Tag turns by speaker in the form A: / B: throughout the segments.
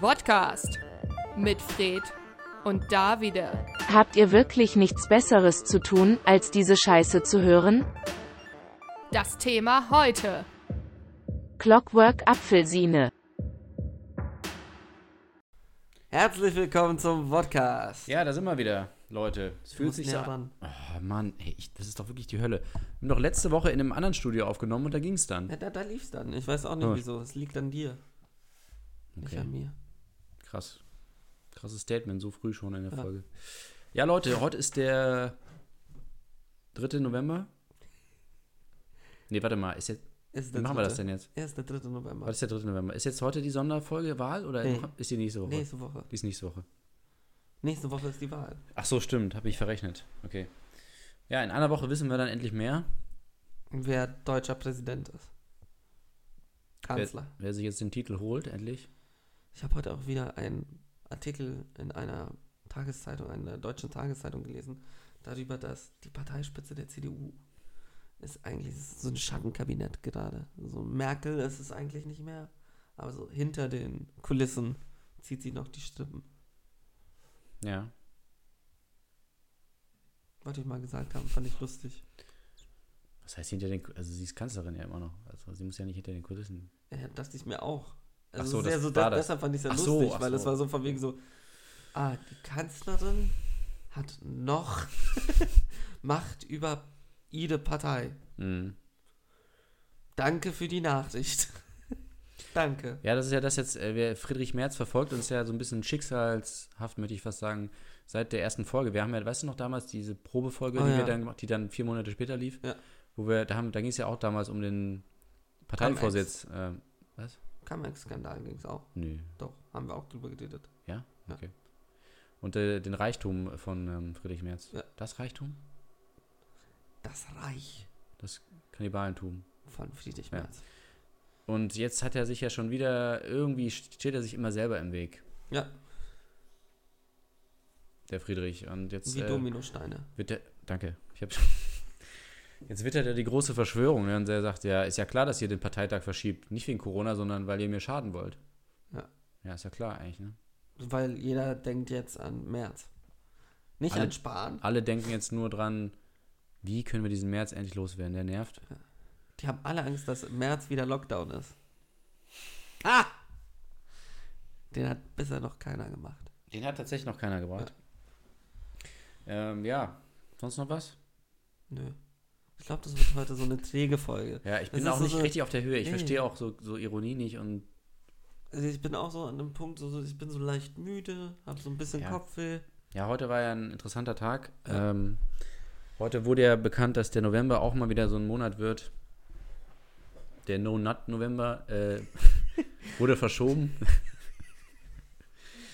A: Podcast mit Fred und Davide.
B: Habt ihr wirklich nichts Besseres zu tun, als diese Scheiße zu hören?
A: Das Thema heute.
B: Clockwork Apfelsine.
C: Herzlich willkommen zum Podcast.
D: Ja, da sind wir wieder, Leute. Es fühlt
C: musst
D: sich so
C: näher
D: an. Oh Mann, ey, ich, das ist doch wirklich die Hölle. Wir haben doch letzte Woche in einem anderen Studio aufgenommen und da ging's dann.
C: Ja, da, da lief's dann. Ich weiß auch nicht
D: Oh.
C: wieso. Es liegt an dir, nicht an mir.
D: Krass. Krasses Statement, so früh schon in der Folge. Ja, Leute, heute ist der 3. November. Nee, warte mal, ist jetzt.
C: Ist
D: Wie
C: der
D: machen wir das
C: dritte.
D: denn jetzt?
C: Ja, ist der 3. November.
D: Was ist der 3. November? Ist jetzt heute die Sonderfolge Wahl oder
C: Nee.
D: ist die nächste Woche?
C: Nächste Woche.
D: Die ist nächste Woche.
C: Nächste Woche ist die Wahl.
D: Ach so, stimmt, habe ich verrechnet. Okay. Ja, in einer Woche wissen wir dann endlich mehr.
C: Wer deutscher Präsident ist.
D: Wer,
C: Kanzler.
D: wer sich jetzt den Titel holt, endlich.
C: Ich habe heute auch wieder einen Artikel in einer Tageszeitung, einer deutschen Tageszeitung gelesen, darüber, dass die Parteispitze der CDU ist eigentlich so ein Schattenkabinett gerade. So Merkel ist es eigentlich nicht mehr, aber so hinter den Kulissen zieht sie noch die Strippen.
D: Ja.
C: Wollte ich mal gesagt haben, fand ich lustig.
D: Was heißt hinter den Ku- Also sie ist Kanzlerin ja immer noch. Also sie muss ja nicht hinter den Kulissen.
C: Ja, dachte ich mir auch. Also
D: Ach
C: es
D: so,
C: ist ja
D: das
C: so,
D: war das.
C: deshalb fand ich es ja
D: Ach so,
C: lustig,
D: ach
C: weil es
D: so.
C: war so von wegen so, ah, die Kanzlerin hat noch Macht über jede Partei.
D: Mhm.
C: Danke für die Nachricht. Danke.
D: Ja, das ist ja das jetzt, äh, wer Friedrich Merz verfolgt, uns ja so ein bisschen schicksalshaft, möchte ich fast sagen, seit der ersten Folge. Wir haben ja, weißt du noch damals diese Probefolge,
C: Oh,
D: die
C: ja.
D: wir dann gemacht, die dann vier Monate später lief,
C: Ja.
D: wo wir, da haben, da ging es ja auch damals um den Parteivorsitz. Ähm, was?
C: Kamex-Skandal ging es auch.
D: Äh, Nö.
C: Doch, haben wir auch drüber geredet.
D: Ja?
C: Ja.
D: Okay. Und äh, den Reichtum von ähm, Friedrich Merz.
C: Ja.
D: Das Reichtum?
C: Das Reich
D: Das Kannibalentum.
C: von Friedrich
D: Ja.
C: Merz.
D: Und jetzt hat er sich ja schon wieder, irgendwie steht er sich immer selber im Weg.
C: Ja,
D: der Friedrich. Und jetzt
C: wie
D: äh,
C: Dominosteine.
D: wird der, danke, ich hab, jetzt wittert er die große Verschwörung ne? und er sagt, ja, ist ja klar, dass ihr den Parteitag verschiebt, nicht wegen Corona, sondern weil ihr mir schaden wollt.
C: Ja.
D: Ja, ist ja klar eigentlich. Ne?
C: Weil jeder denkt jetzt an Merz. Nicht
D: Alle-
C: an Spahn.
D: Alle denken jetzt nur dran, wie können wir diesen März endlich loswerden? Der nervt.
C: Die haben alle Angst, dass im März wieder Lockdown ist. Ah! Den hat bisher noch keiner gemacht.
D: Den hat tatsächlich noch keiner gebracht. Ja. Ähm, ja. Sonst noch was?
C: Nö. Ich glaube, das wird heute so eine träge Folge.
D: Ja, ich
C: Das
D: bin
C: ist
D: auch
C: so-
D: nicht
C: so-
D: richtig auf der Höhe. Ich
C: Nee.
D: verstehe auch so, so Ironie nicht und
C: Also ich bin auch so an einem Punkt, so, so, ich bin so leicht müde, habe so ein bisschen
D: Ja.
C: Kopfweh.
D: Ja, heute war ja ein interessanter Tag. Ähm, heute wurde ja bekannt, dass der November auch mal wieder so ein Monat wird. Der No-Nut-November äh, wurde verschoben.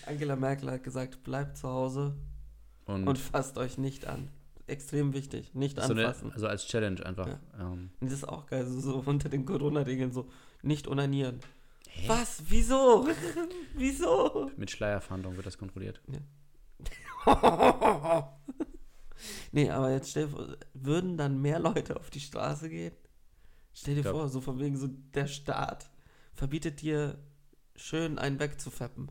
C: Angela Merkel hat gesagt, bleibt zu Hause
D: Und,
C: und fasst euch nicht an. Extrem wichtig, nicht
D: Mhm. so eine,
C: anfassen.
D: also als Challenge einfach.
C: Ja.
D: Ähm,
C: das ist auch geil, so, so unter den Corona-Regeln so, nicht onanieren. Was? Wieso? Wieso?
D: mit Schleierfahndung wird das kontrolliert.
C: nee, aber jetzt stell dir vor, würden dann mehr Leute auf die Straße gehen? Stell dir
D: Ja.
C: vor, so von wegen so, der Staat verbietet dir schön einen wegzufeppen.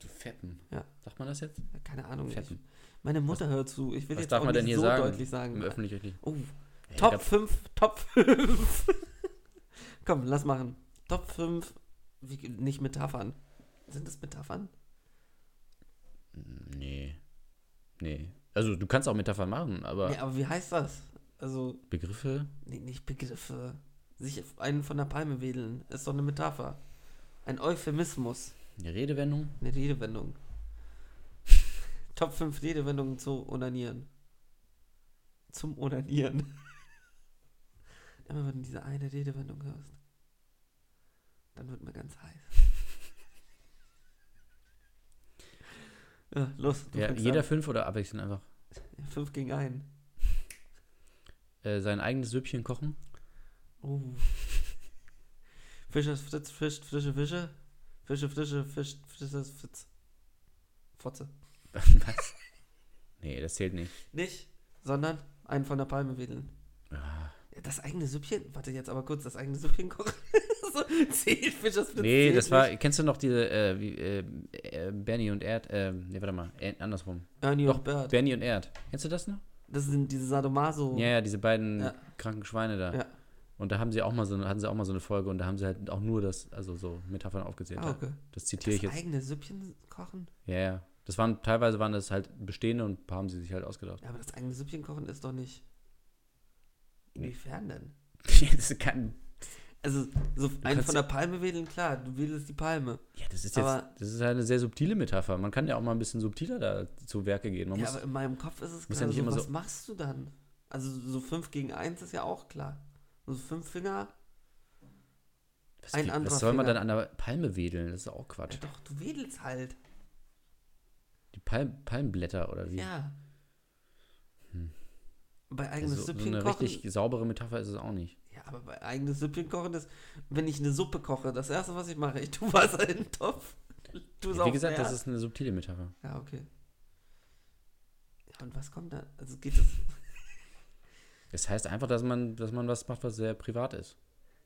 D: Du Fetten.
C: Ja.
D: Sagt man das jetzt?
C: Ja, Keine Ahnung. Ich,
D: Fetten.
C: meine Mutter hört zu. Ich will
D: Was
C: jetzt
D: darf
C: auch
D: man denn
C: nicht
D: hier
C: so
D: sagen?
C: deutlich sagen.
D: Im öffentlichen.
C: Oh,
D: Hey,
C: Top
D: gab's-
C: 5, Top 5. Komm, lass machen. Top 5, wie, nicht Metaphern. Sind das Metaphern?
D: Nee. Nee. Also, du kannst auch Metaphern machen, aber
C: Nee, aber wie heißt das? Also,
D: Begriffe?
C: nee, nicht Begriffe. Sich auf einen von der Palme wedeln, ist doch eine Metapher. Ein Euphemismus,
D: Eine Redewendung?
C: eine Redewendung. Top 5 Redewendungen zu onanieren. Zum Onanieren. Immer wenn du diese eine Redewendung hörst, dann wird mir ganz heiß. Ja, los. du
D: Ja,
C: fängst
D: jeder
C: an.
D: fünf oder abwechselnd einfach.
C: Fünf gegen einen.
D: Äh, sein eigenes Süppchen kochen?
C: Oh. Fischers Fritz fischt frische Fische. Fische frische fischt Fischers Fritz. Fotze.
D: Was? Nee, das zählt nicht.
C: Nicht, sondern
D: Ah.
C: einen von der Palme wedeln. Ja, Das eigene Süppchen, warte jetzt aber kurz, das eigene Süppchen kochen so Zählfisch, das wird
D: Nee, das war,
C: Zählfisch.
D: kennst du noch diese, äh, wie, äh, äh, Benny und Erd, äh, nee, warte mal, äh, andersrum.
C: Ernie
D: Doch,
C: und Bird.
D: Benny und Erd. Kennst du das noch?
C: Das sind diese Sadomaso.
D: Ja, ja, diese beiden
C: Oh. Ja.
D: kranken Schweine da.
C: Ja.
D: Und da haben sie auch mal so eine, hatten sie auch mal so eine Folge und da haben sie halt auch nur das, also so Metaphern aufgezählt.
C: Ah, okay.
D: Das zitiere ich
C: das
D: jetzt.
C: eigene Süppchen kochen?
D: Ja, ja. Das waren, teilweise waren das halt bestehende und ein paar haben sie sich halt ausgedacht.
C: Ja, aber das eigene Süppchen kochen ist doch nicht. Inwiefern denn?
D: das kann,
C: Also, so einen
D: kannst-
C: von der Palme wedeln, klar, du wedelst die Palme.
D: ja, das ist jetzt,
C: Aber-
D: das ist halt eine sehr subtile Metapher. Man kann ja auch mal ein bisschen subtiler da zu Werke gehen. Man
C: Ja,
D: muss,
C: aber in meinem Kopf ist es
D: muss
C: gerade
D: ja nicht
C: so,
D: immer
C: was
D: so-
C: machst du dann? Also, so 5 gegen 1 ist ja auch klar. So 5 Finger,
D: was,
C: ein anderer
D: was soll man
C: Finger.
D: dann an der Palme wedeln? Das ist auch
C: ja
D: Quatsch.
C: doch, du wedelst halt.
D: Die Palm, Palmblätter oder wie?
C: Ja. Bei eigenes
D: Hm. also, so
C: Süppchen
D: eine
C: kochen.
D: richtig saubere Metapher ist es auch nicht.
C: Ja, aber bei eigenes Süppchen kochen ist, wenn ich eine Suppe koche, das erste, was ich mache, ich tue Wasser in den Topf. Tu es
D: Ja, wie
C: auf
D: gesagt,
C: den
D: das
C: Herd.
D: ist eine subtile Metapher.
C: Ja, okay. Ja, und was kommt da? Also geht das.
D: Das heißt einfach, dass man, dass man was macht, was sehr privat ist.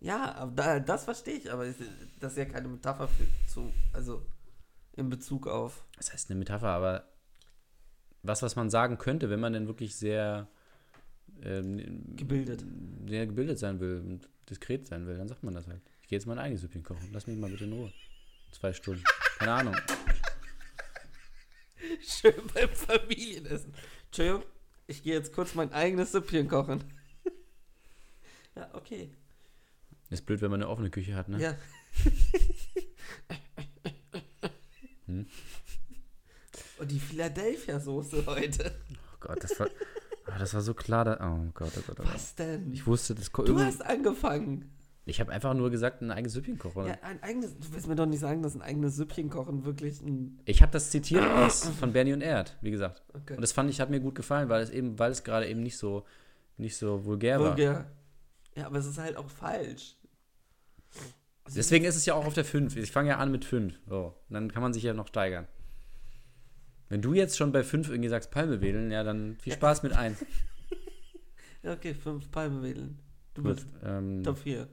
C: Ja, aber da, das verstehe ich, aber es- das ist ja keine Metapher für, zu, also in Bezug auf.
D: Das heißt eine Metapher, aber was, was man sagen könnte, wenn man denn wirklich sehr, ähm,
C: Gebildet.
D: sehr gebildet sein will und diskret sein will, dann sagt man das halt. Ich gehe jetzt mein eigenes Süppchen kochen. Lass mich mal bitte in Ruhe. Zwei Stunden. Keine Ahnung.
C: Schön beim Familienessen. Entschuldigung, ich gehe jetzt kurz mein eigenes Süppchen kochen. ja, okay.
D: Ist blöd, wenn man eine offene Küche hat, ne?
C: Ja.
D: Hm?
C: Und die Philadelphia-Soße heute.
D: Oh Gott, das war, Ah, das war so klar. Da, oh Gott, oh Gott, oh Gott.
C: Was denn?
D: Ich wusste, das kommt
C: du
D: irgendwo-
C: hast angefangen.
D: Ich habe einfach nur gesagt, ein eigenes Süppchen kochen. oder?
C: Ja, ein eigenes. Du willst mir doch nicht sagen, dass ein eigenes Süppchen kochen wirklich ein.
D: Ich habe das zitiert aus von Bernie und Erd, wie gesagt.
C: Okay.
D: Und das fand ich, hat mir gut gefallen, weil es eben, weil es gerade eben nicht so, nicht so vulgär war.
C: Burger. Ja, aber es ist halt auch falsch. Also
D: Deswegen ist es ja auch auf der 5. Ich fange ja an mit 5. So. Und Dann kann man sich ja noch steigern. Wenn du jetzt schon bei 5 irgendwie sagst, Palme wedeln, ja, dann viel Spaß mit 1.
C: Ja, okay, fünf Palme wählen. Du
D: Gut.
C: bist
D: Ähm,
C: Top 4.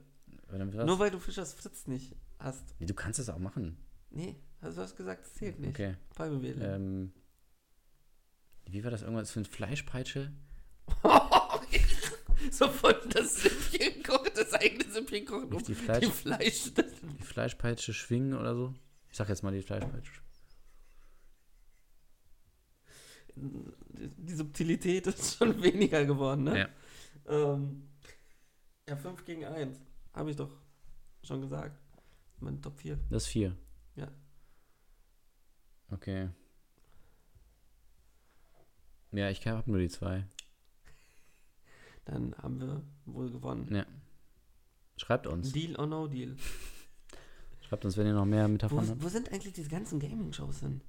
D: dann was?
C: Nur weil du Fischers Fritz nicht hast.
D: nee, du kannst das auch machen.
C: Nee, also du hast gesagt, es zählt nicht.
D: Okay.
C: Palme wählen.
D: Ähm, wie war das irgendwas für eine Fleischpeitsche?
C: Oh, so von das Süppchen kochen, das eigene Süppchen kochen, um
D: Nicht die
C: die
D: Fleisch-
C: Fleisch. das,
D: Die Fleischpeitsche schwingen oder so? Ich sag jetzt mal die Fleischpeitsche.
C: die Subtilität ist schon weniger geworden, ne? Ja. Ähm, ja, 5 gegen 1. Habe ich doch schon gesagt. Mein Top 4.
D: Das 4.
C: Ja.
D: Okay. Ja, ich habe nur die zwei.
C: Dann haben wir wohl gewonnen.
D: Schreibt uns.
C: Deal or no deal.
D: Schreibt uns, wenn ihr noch mehr
C: Wo,
D: Metaphern habt.
C: wo sind eigentlich diese ganzen Gaming-Shows hin?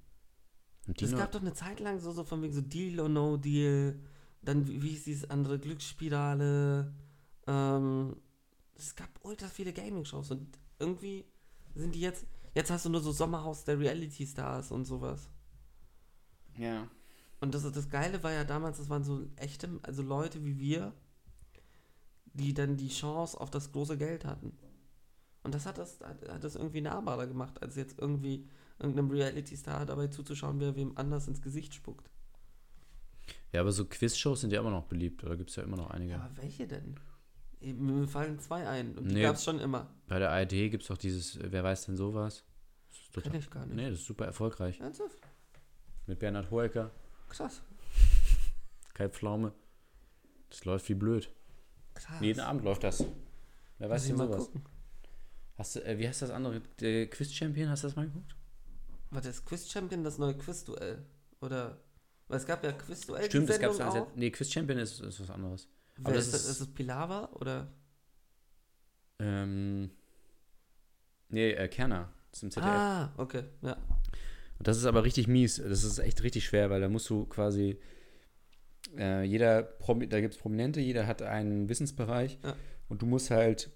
D: Und
C: Es
D: Dino-
C: gab doch eine Zeit lang so, so von wegen so Deal or No Deal, dann wie wie hieß dieses andere Glücksspirale. Ähm, es gab ultra viele Gaming-Shows und irgendwie sind die jetzt. Jetzt hast du nur so Sommerhaus der Reality Stars und sowas.
D: ja.
C: Und das, das Geile war ja damals, das waren so echte, also Leute wie wir, die dann die Chance auf das große Geld hatten. Und das hat das, hat hat das irgendwie nahbarer gemacht, als jetzt irgendwie irgendeinem Reality-Star dabei zuzuschauen, wie er wem anders ins Gesicht spuckt.
D: ja, aber so Quiz-Shows sind ja immer noch beliebt. Oder gibt es ja immer noch einige.
C: Ja. Aber welche denn? Eh, Mir fallen zwei ein und die
D: Nee.
C: gab es schon immer.
D: Bei der ARD gibt es doch dieses äh, Wer weiß denn sowas? Das ist
C: Kenn
D: total-
C: ich gar nicht.
D: Nee, das ist super erfolgreich.
C: Ernsthaft?
D: Mit Bernhard Hoeker,
C: Krass.
D: Kai Pflaume. Das läuft wie blöd.
C: Krass.
D: Jeden Abend läuft das. Wer
C: Muss
D: weiß
C: ich
D: denn
C: mal
D: sowas?
C: gucken.
D: Hast du, äh, wie heißt das andere? Der Quiz-Champion, hast du das mal geguckt?
C: Warte, ist Quiz Champion das neue Quiz-Duell? Oder? Weil es gab ja Quiz-Duell.
D: Stimmt,
C: die
D: das gab's
C: Sendung
D: als
C: auch.
D: nee, Quiz Champion ist, ist was anderes.
C: Wer
D: Aber das
C: ist, das,
D: ist-
C: ist das Pilawa oder?
D: Ähm, nee, äh, Kerner ist im ZDF.
C: Ah, okay, ja.
D: Und das ist aber richtig mies. Das ist echt richtig schwer, weil da musst du quasi äh, jeder Promi da gibt's Prominente, jeder hat einen Wissensbereich
C: Ja.
D: und du musst halt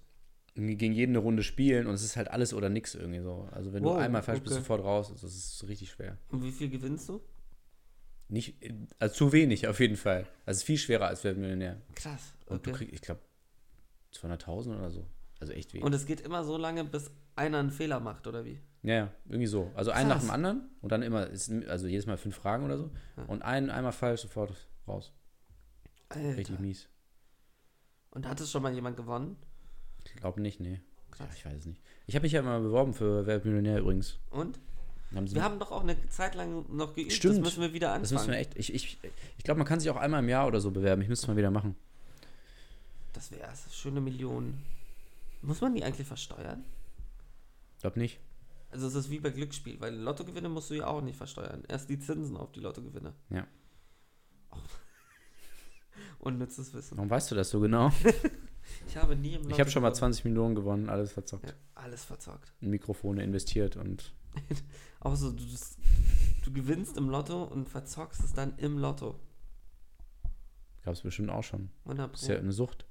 D: irgendwie gegen jeden eine Runde spielen und es ist halt alles oder nix irgendwie so. Also wenn
C: Wow,
D: du einmal falsch bist,
C: okay.
D: sofort raus. Also das ist richtig schwer.
C: Und wie viel gewinnst du?
D: Nicht, also zu wenig auf jeden Fall. Also es ist viel schwerer als Wer wird Millionär.
C: Krass,
D: Und
C: okay.
D: du kriegst, ich glaube, 200.000 oder so. Also echt weh.
C: Und es geht immer so lange, bis einer einen Fehler macht, oder wie?
D: Ja, ja, irgendwie so. Also einen nach
C: Krass.
D: dem anderen und dann immer, ist, also jedes Mal fünf Fragen oder so. Und einen einmal falsch, sofort raus. Richtig
C: Alter.
D: mies.
C: Und hat es schon mal jemand gewonnen?
D: Ich glaube nicht, nee. Ja, ich weiß es nicht. Ich habe mich ja mal beworben für Wer wird Millionär übrigens.
C: Und?
D: Haben sie
C: Wir haben doch auch eine Zeit lang noch geübt.
D: Mhm. Stimmt.
C: Das müssen wir wieder anfangen.
D: das müssen wir echt. Ich, ich, ich glaube, man kann sich auch einmal im Jahr oder so bewerben. Ich müsste es mal wieder machen.
C: Das wäre es. Schöne Millionen. Muss man die eigentlich versteuern?
D: Ich glaube nicht.
C: Also es ist wie bei Glücksspiel, weil Lottogewinne musst du ja auch nicht versteuern. Erst die Zinsen auf die Lottogewinne.
D: Ja.
C: Unnützes Wissen.
D: Warum weißt du das so genau?
C: Ich habe nie im
D: Ich habe schon mal
C: Lotto gewonnen.
D: 20 Millionen gewonnen, alles verzockt.
C: Ja, alles verzockt.
D: In Mikrofone investiert und.
C: Auch so, du, das- du gewinnst im Lotto und verzockst es dann im Lotto.
D: Gab es bestimmt auch schon. Das ist ja
C: Wunderbar.
D: eine Sucht.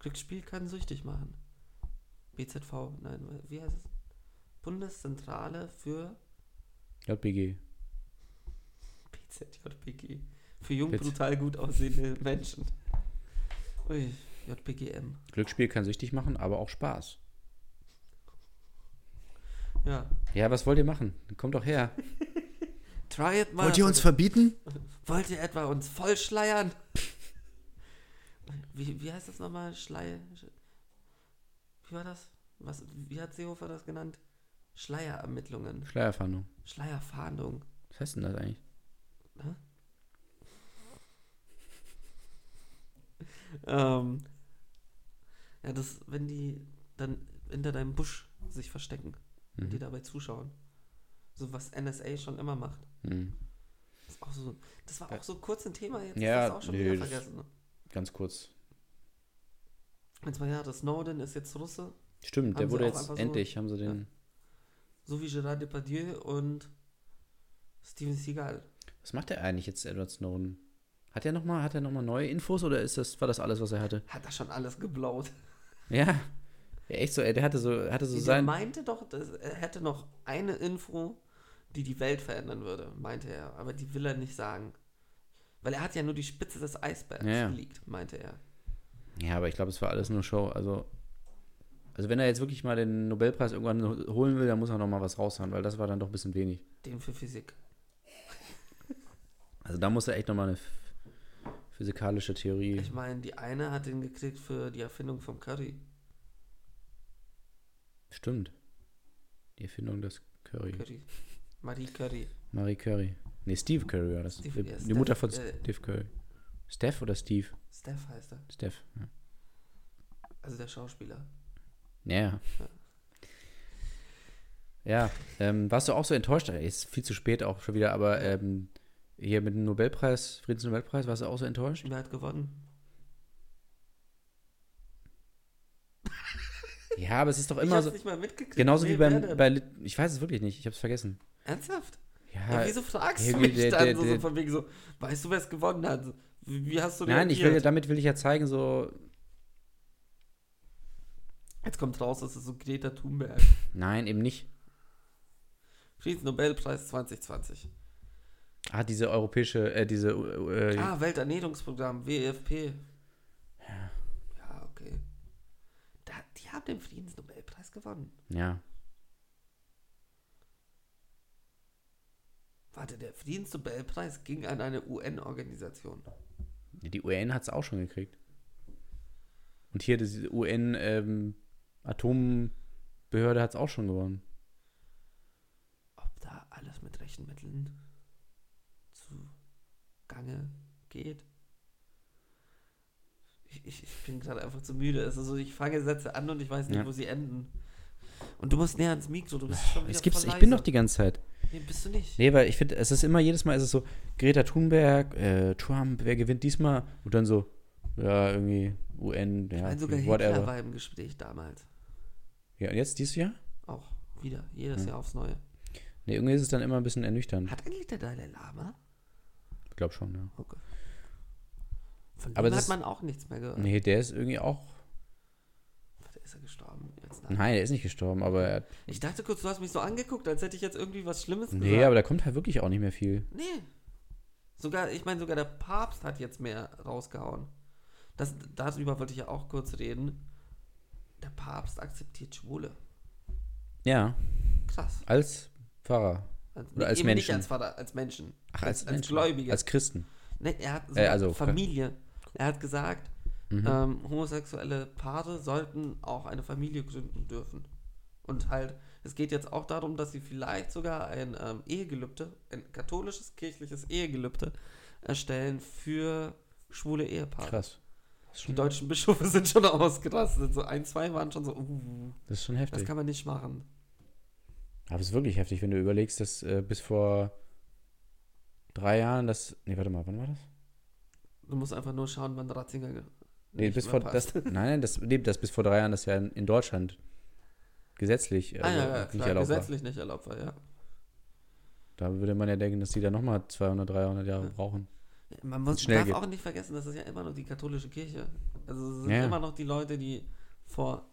C: Glücksspiel kann süchtig machen. BZV, nein, wie heißt es? Bundeszentrale für
D: JBG.
C: BZJPG. Für jung, brutal, gut aussehende Menschen. Ui, JPGM.
D: Glücksspiel kann süchtig machen, aber auch Spaß.
C: Ja.
D: Ja, was wollt ihr machen? Kommt doch her.
C: Try it mal.
E: verbieten?
C: Wollt ihr etwa uns vollschleiern? Wie, wie heißt das nochmal? Schleier. Wie war das? Was, wie hat Seehofer das genannt? Schleierermittlungen.
D: Schleierfahndung.
C: Schleierfahndung.
D: Was heißt denn das eigentlich?
C: Ähm, ja, das, wenn die dann hinter deinem Busch sich verstecken und
D: Mhm.
C: die dabei zuschauen. So was NSA schon immer macht.
D: Hm.
C: Das, ist auch so, das war auch so kurz ein Thema, jetzt
D: Ja,
C: ist das auch schon
D: nö,
C: wieder
D: das-
C: vergessen. ne?
D: Ganz kurz.
C: Jetzt mal ja, das Snowden ist jetzt Russe,
D: Stimmt,
C: Haben
D: der
C: sie
D: wurde
C: auch
D: jetzt
C: einfach so-
D: endlich, haben sie den.
C: so wie Gerard Depardieu und Steven Seagal.
D: Was macht der eigentlich jetzt, Edward Snowden? Hat er nochmal, hat er noch mal neue Infos oder ist das, war das alles, was er hatte?
C: Hat er schon alles geblaut.
D: Ja. ja echt so, ey, der hatte so, hatte so
C: der
D: sein.
C: meinte doch, dass er hätte noch eine Info, die die Welt verändern würde, meinte er. Aber die will er nicht sagen. Weil er hat ja nur die Spitze des Eisbergs
D: Ja, ja.
C: geleakt, meinte er.
D: Ja, aber ich glaube, es war alles nur Show. Also, also wenn er jetzt wirklich mal den Nobelpreis irgendwann ho- holen will, dann muss er nochmal was raushauen, weil das war dann doch ein bisschen wenig.
C: Den für Physik.
D: Also da muss er echt nochmal eine ph- physikalische Theorie.
C: Ich meine, die eine hat den gekriegt für die Erfindung vom Curry.
D: Stimmt. Die Erfindung des Curry.
C: Curry. Marie Curry.
D: Marie Curry. Nee, Steve Curry war das.
C: Steve-
D: die
C: ja,
D: die Mutter
C: Steph,
D: von
C: äh,
D: Steve Curry. Steph oder Steve?
C: Steph heißt er.
D: Steph. Ja.
C: Also der Schauspieler.
D: Naja. Ja, ähm, warst du auch so enttäuscht? Ey, Ist viel zu spät auch schon wieder, aber ähm, hier mit dem Nobelpreis, Friedensnobelpreis, warst du auch so enttäuscht?
C: Wer hat gewonnen?
D: Ja, aber es ist doch
C: ich
D: immer
C: hab's
D: so.
C: nicht mal mitgekriegt.
D: Genauso
C: Wer-
D: wie
C: wer
D: beim,
C: denn?
D: bei, Lit- ich weiß es wirklich nicht, ich hab's vergessen.
C: Ernsthaft?
D: Ja,
C: Ja, wieso fragst
D: hey,
C: du
D: wie
C: mich
D: der-
C: dann
D: der-
C: so, so
D: der-
C: von wegen so, weißt du, wer es gewonnen hat? Wie, wie hast du
D: nein, ich will, ja- damit will ich ja zeigen, so,
C: Jetzt kommt raus, es ist so Greta Thunberg.
D: nein, eben nicht.
C: Friedensnobelpreis 2020.
D: Ah, diese europäische, äh, diese, äh, äh,
C: Ah, Welternährungsprogramm, WFP. Ja. Ja, okay. Da, die haben den Friedensnobelpreis gewonnen.
D: ja,
C: Warte, der Friedensnobelpreis ging an eine UN-Organisation.
D: die UN hat's auch schon gekriegt. Und hier, diese UN, ähm, Atombehörde hat's auch schon gewonnen.
C: Ob da alles mit Rechenmitteln zu Gange geht? Ich, ich, ich bin gerade einfach zu müde. Es ist so, ich fange Sätze an und ich weiß nicht,
D: Ja.
C: wo sie enden. Und du musst näher ans Mikro, du bist schon wieder
D: Es gibt's,
C: voll
D: ich bin
C: leise.
D: doch die ganze Zeit.
C: Nee, bist du nicht.
D: Nee, weil ich finde, es ist immer, jedes Mal ist es so, Greta Thunberg, äh, Trump, wer gewinnt diesmal? Und dann so, ja, irgendwie, UN, ja,
C: Nein, sogar Hitler
D: whatever.
C: war im Gespräch damals.
D: Ja, und jetzt dieses Jahr?
C: Auch wieder, jedes Jahr aufs Neue.
D: Hm. Nee, irgendwie ist es dann immer ein bisschen ernüchternd.
C: Hat eigentlich der Dalai Lama?
D: Ich glaube schon, ja.
C: Okay. Von
D: Aber
C: dem
D: das
C: hat
D: ist-
C: man auch nichts mehr gehört.
D: Nee, der ist irgendwie auch.
C: Warte, ist er gestorben? Jetzt nein.
D: Nein, der ist nicht gestorben, aber er,
C: Ich dachte kurz, du hast mich so angeguckt, als hätte ich jetzt irgendwie was Schlimmes gesagt.
D: Nee, aber da kommt halt wirklich auch nicht mehr viel.
C: Nee. Sogar, ich meine, sogar der Papst hat jetzt mehr rausgehauen. Das, darüber wollte ich ja auch kurz reden. Der Papst akzeptiert Schwule.
D: Ja,
C: Krass.
D: als Pfarrer.
C: Also,
D: Oder als
C: eben Nicht
D: Menschen.
C: als Vater, als Menschen.
D: Ach, als,
C: als
D: Menschen.
C: Gläubige.
D: Als Christen.
C: Nee, er hat
D: Äh,
C: also
D: also, Mhm.
C: Familie. Er hat gesagt, ähm, homosexuelle Paare sollten auch eine Familie gründen dürfen. Und halt, es geht jetzt auch darum, dass sie vielleicht sogar ein ähm, Ehegelübde, ein katholisches, kirchliches Ehegelübde erstellen für schwule Ehepaare.
D: Krass. Das ist
C: Die
D: schon,
C: deutschen Bischöfe sind schon ausgerastet. So ein, zwei waren schon so, uh,
D: das ist schon
C: das
D: heftig.
C: kann man nicht machen.
D: Aber es ist wirklich heftig, wenn du überlegst, dass äh, bis vor drei Jahren das. Nee, warte mal, wann war das?
C: Du musst einfach nur schauen, wann Ratzinger ge-
D: Nee,
C: nicht
D: bis
C: mehr
D: vor,
C: passt.
D: das, nein, nein, das, nee, das bis vor drei Jahren das ja in, in Deutschland gesetzlich äh,
C: ah, ja, ja,
D: nicht
C: klar,
D: erlaubt war.
C: gesetzlich nicht erlaubt war, ja.
D: Da würde man ja denken, dass die da nochmal 200, 300 Jahre brauchen.
C: Man muss,
D: schnell
C: darf
D: geht.
C: auch nicht vergessen, das ist ja immer noch die katholische Kirche. Also es sind
D: Ja.
C: immer noch die Leute, die vor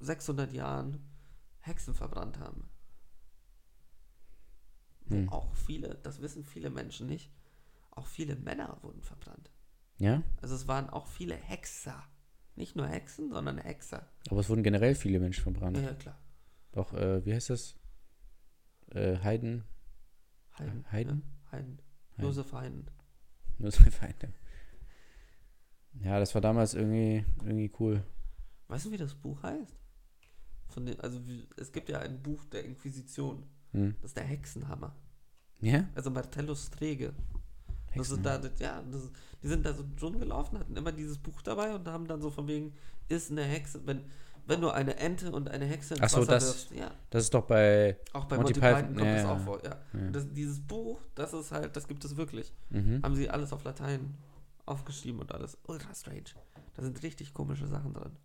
C: 600 Jahren Hexen verbrannt haben. Wo
D: Hm.
C: auch viele, das wissen viele Menschen nicht, auch viele Männer wurden verbrannt.
D: Ja?
C: Also es waren auch viele Hexer. Nicht nur Hexen, sondern Hexer.
D: Aber es wurden generell viele Menschen verbrannt.
C: Ja, ja klar.
D: Auch, äh, wie heißt das? Äh, Heiden.
C: Heiden.
D: Heiden?
C: Ja, Heiden.
D: Heiden.
C: Josef Heiden.
D: Nur zwei Feinde. Ja, das war damals irgendwie, irgendwie cool.
C: Weißt du, wie das Buch heißt? Von den, also wie- es gibt ja ein Buch der Inquisition.
D: Hm.
C: Das ist der Hexenhammer.
D: Ja?
C: Also Martellus Träge. Das
D: Hexen.
C: sind da, das, ja, das, die sind da so schon gelaufen, hatten immer dieses Buch dabei und haben dann so von wegen, ist eine Hexe, wenn, wenn du eine Ente und eine Hexe ins
D: Ach so,
C: Wasser
D: das-
C: wirfst. Ja,
D: Das ist doch bei.
C: auch bei Monty,
D: Monty
C: Python,
D: Python,
C: kommt
D: ja,
C: das
D: ja.
C: auch vor. Ja.
D: Ja.
C: Das, dieses Buch, das ist halt, das gibt es wirklich.
D: Mhm.
C: Haben sie alles auf Latein aufgeschrieben und alles. Ultra strange. Da sind richtig komische Sachen drin.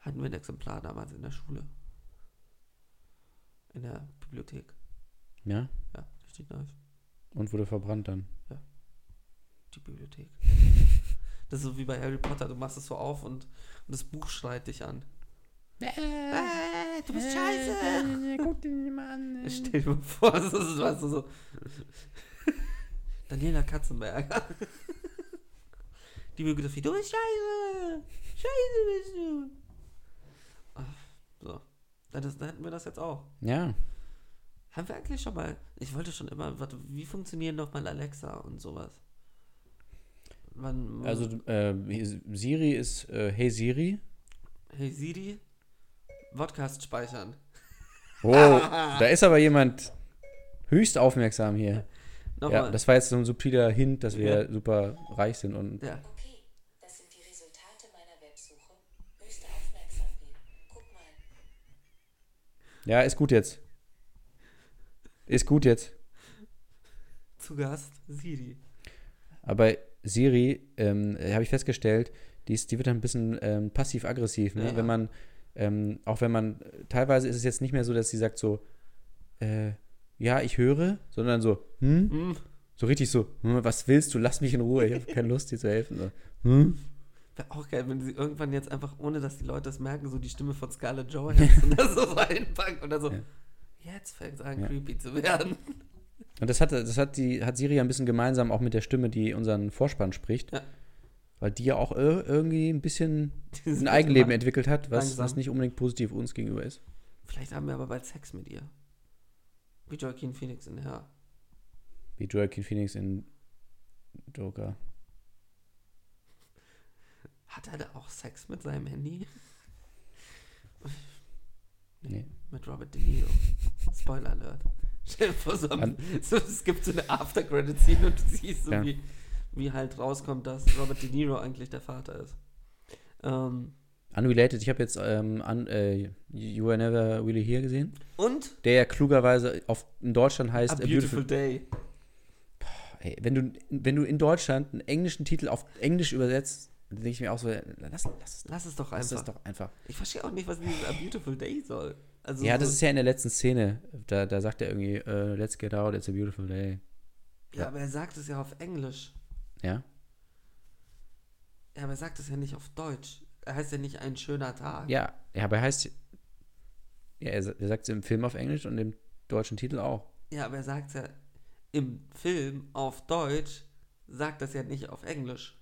C: Hatten wir ein Exemplar damals in der Schule. In der Bibliothek.
D: Ja?
C: Ja, richtig nice.
D: Und wurde verbrannt dann.
C: die Bibliothek. Das ist so wie bei Harry Potter, du machst es so auf und, und das Buch schreit dich an. Äh, du bist scheiße!
D: Guck dir nicht mal an.
C: Stell dir mal vor, das ist weißt du, so. Daniela Katzenberger. Die Biografie, du bist scheiße! Scheiße bist du! Ach, so. Dann, das, dann hätten wir das jetzt auch.
D: Ja.
C: Haben wir eigentlich schon mal. Ich wollte schon immer. Warte, wie funktionieren nochmal Alexa und sowas? Man,
D: Also, äh, Siri ist äh, Hey Siri.
C: Hey Siri, Podcast speichern.
D: Oh, da ist aber jemand höchst aufmerksam hier.
C: Nochmal.
D: Ja, das war jetzt so ein subtiler Hint, dass wir super reich sind und
C: ja.
E: Okay, das sind die Resultate meiner Websuche. Höchste Aufmerksamkeit. Guck mal.
D: ja, ist gut jetzt. Ist gut jetzt.
C: Zu Gast Siri.
D: Aber Siri, ähm, äh, habe ich festgestellt, die, ist, die wird dann ein bisschen ähm, passiv-aggressiv, ne?
C: Ja.
D: Wenn man, ähm, auch wenn man, teilweise ist es jetzt nicht mehr so, dass sie sagt so, äh, ja, ich höre, sondern so, hm? So richtig so, hm, was willst du? Lass mich in Ruhe, ich habe keine Lust, dir zu helfen. So, hm?
C: Wäre auch geil, wenn sie irgendwann jetzt einfach, ohne dass die Leute es merken, so die Stimme von Scarlett Johansson da so reinpacken und dann so. Jetzt fängt es an, creepy zu werden.
D: Und das hat, das hat die, hat Siri ja ein bisschen gemeinsam auch mit der Stimme, die unseren Vorspann spricht.
C: Ja.
D: Weil die ja auch ir- irgendwie ein bisschen
C: Dieses
D: ein Eigenleben
C: Lang-
D: entwickelt hat, was,
C: langsam.
D: was nicht unbedingt positiv uns gegenüber ist.
C: Vielleicht haben wir aber bald Sex mit ihr. Wie Joaquin Phoenix in Herr.
D: Wie Joaquin Phoenix in Joker.
C: Hat er da auch Sex mit seinem Handy?
D: Nee.
C: Mit Robert De Niro. Spoiler Alert. Stell dir vor, so, am- so, es gibt so eine After-Credit-Scene und du siehst so,
D: Ja.
C: wie, wie halt rauskommt, dass Robert De Niro eigentlich der Vater ist. Ähm,
D: Unrelated, ich habe jetzt ähm, un, äh, You Are Never Really Here gesehen,
C: und
D: der ja klugerweise auf, in Deutschland heißt
C: A Ah, Beautiful Day.
D: Ey, wenn, du, wenn du in Deutschland einen englischen Titel auf Englisch übersetzt, dann denke ich mir auch so, lass, lass,
C: Lass es doch
D: lass
C: einfach.
D: das doch einfach.
C: Ich verstehe auch nicht, was dieses A Beautiful Day soll. Also
D: Ja,
C: so,
D: das ist ja in der letzten Szene, da, da sagt er irgendwie, äh, let's get out, it's a beautiful day.
C: ja, aber er sagt es ja auf Englisch.
D: Ja?
C: Ja, aber er sagt es ja nicht auf Deutsch. Er heißt ja nicht ein schöner Tag.
D: Ja, ja aber er heißt, ja, er, sa- er sagt es im Film auf Englisch und im deutschen Titel auch.
C: Ja, aber er sagt es ja im Film auf Deutsch, sagt das ja nicht auf Englisch.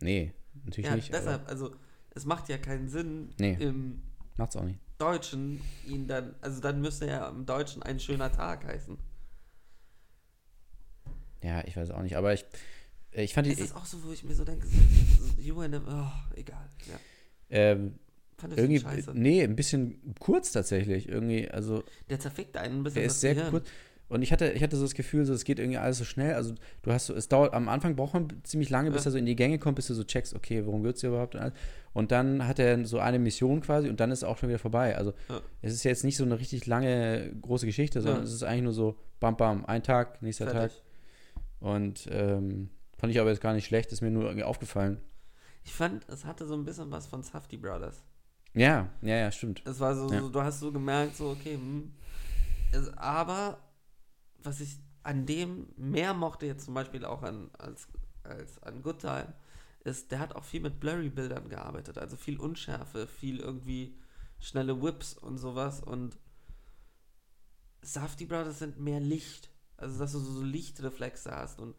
D: Nee, natürlich
C: ja,
D: nicht. aber-
C: deshalb, also es macht ja keinen Sinn,
D: Nee.
C: im
D: Macht's auch nicht.
C: Deutschen ihn dann, also dann müsste ja im Deutschen ein schöner Tag heißen.
D: Ja, ich weiß auch nicht. Aber ich, äh, ich fand
C: Es
D: die.
C: ist auch so, wo ich mir so denke, so, you and a, oh, egal. Ja.
D: Ähm,
C: Fand ich
D: irgendwie,
C: scheiße.
D: nee, ein bisschen kurz tatsächlich. Irgendwie, also
C: Der zerfickt einen ein bisschen.
D: Der
C: das
D: ist sehr
C: Gehirn.
D: kurz. Und ich hatte, ich hatte so das Gefühl, so, es geht irgendwie alles so schnell. Also du hast so, es dauert, am Anfang braucht man ziemlich lange, bis
C: Ja.
D: er so in die Gänge kommt, bis du so checkst, okay, worum geht's hier überhaupt? Und, alles. und dann hat er so eine Mission quasi und dann ist auch schon wieder vorbei. Also
C: Ja.
D: es ist jetzt nicht so eine richtig lange, große Geschichte, sondern
C: Ja.
D: es ist eigentlich nur so, bam, bam, ein Tag, nächster
C: Fertig.
D: Tag. Und ähm, fand ich aber jetzt gar nicht schlecht, ist mir nur irgendwie aufgefallen.
C: Ich fand, es hatte so ein bisschen was von Safety Brothers.
D: Ja, ja, ja, stimmt.
C: Es war so,
D: Ja.
C: so du hast so gemerkt, so, okay, hm. es, aber was ich an dem mehr mochte, jetzt zum Beispiel auch an, als, als an Good Time, ist, der hat auch viel mit Blurry-Bildern gearbeitet. Also viel Unschärfe, viel irgendwie schnelle Whips und sowas. Und Safety Brothers sind mehr Licht. Also, dass du so so Lichtreflexe hast. Und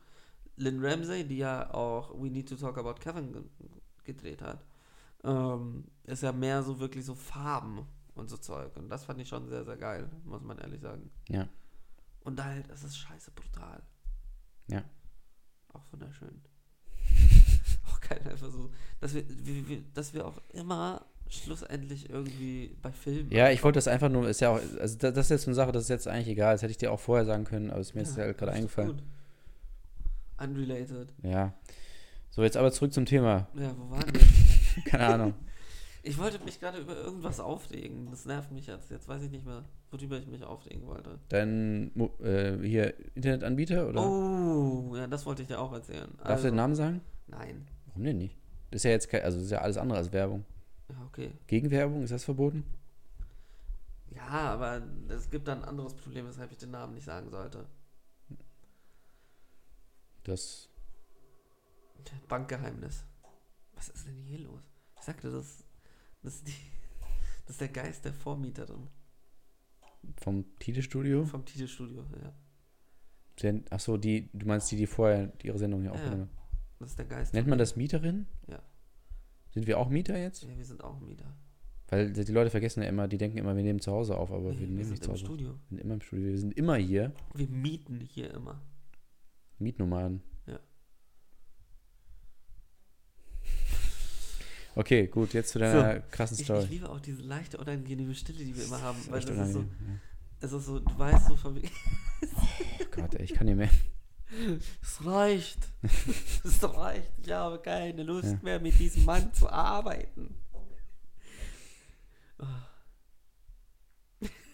C: Lynn Ramsey, die ja auch We Need to Talk About Kevin ge- gedreht hat, ähm, ist ja mehr so wirklich so Farben und so Zeug. Und das fand ich schon sehr, sehr geil, muss man ehrlich sagen.
D: Ja.
C: Und halt, es ist scheiße brutal.
D: Ja.
C: Auch wunderschön. auch geil, einfach so, dass wir, wir, wir, dass wir auch immer schlussendlich irgendwie bei Filmen.
D: Ja, ich wollte das einfach nur, ist ja auch, also das das ist jetzt so eine Sache, das ist jetzt eigentlich egal, das hätte ich dir auch vorher sagen können, aber es ist mir jetzt halt gerade
C: ist doch
D: eingefallen.
C: gut. Unrelated.
D: Ja. So, jetzt aber zurück zum Thema.
C: Ja, wo waren wir?
D: Keine Ahnung.
C: Ich wollte mich gerade über irgendwas aufregen. Das nervt mich jetzt. Jetzt weiß ich nicht mehr, worüber ich mich aufregen wollte.
D: Dein Mo- äh, hier Internetanbieter oder?
C: Oh, also ja, das wollte ich dir auch erzählen.
D: Darf du den Namen sagen?
C: Nein.
D: Warum denn nicht? Das ist ja jetzt kein, also das ist ja alles andere als Werbung.
C: Ja, okay.
D: Gegenwerbung, ist das verboten?
C: Ja, aber es gibt da ein anderes Problem, weshalb ich den Namen nicht sagen sollte.
D: Das.
C: Bankgeheimnis. Was ist denn hier los? Ich sagte, das, das, ist, die, das ist der Geist der Vormieterin
D: Vom Titelstudio?
C: vom Titelstudio. Ja.
D: Achso, die, du meinst die, die vorher ihre Sendung hier
C: Ja.
D: aufgenommen haben.
C: Das ist der Geist.
D: Nennt man das Mieterin?
C: Ja.
D: Sind wir auch Mieter jetzt?
C: Ja, wir sind auch Mieter.
D: Weil die Leute vergessen ja immer, die denken immer, wir nehmen zu Hause auf, aber
C: Nee,
D: wir
C: wir
D: nehmen
C: sind
D: nicht zu
C: im
D: Hause. auf.
C: Studio.
D: Wir sind immer im Studio. Wir sind immer hier.
C: Wir mieten hier immer.
D: Mietnomaden.
C: Ja.
D: Okay, gut, jetzt zu deiner krassen
C: Ich,
D: Story.
C: ich liebe auch diese leichte, unangenehme Stille, die wir immer haben.
D: Das
C: Weil
D: ist echt
C: das ist so,
D: unangenehm,
C: es ist so, du weißt so von wegen,
D: ja. oh Gott, ey, ich kann nicht mehr.
C: es reicht. es reicht. Ich habe keine Lust
D: Ja.
C: mehr, mit diesem Mann zu arbeiten.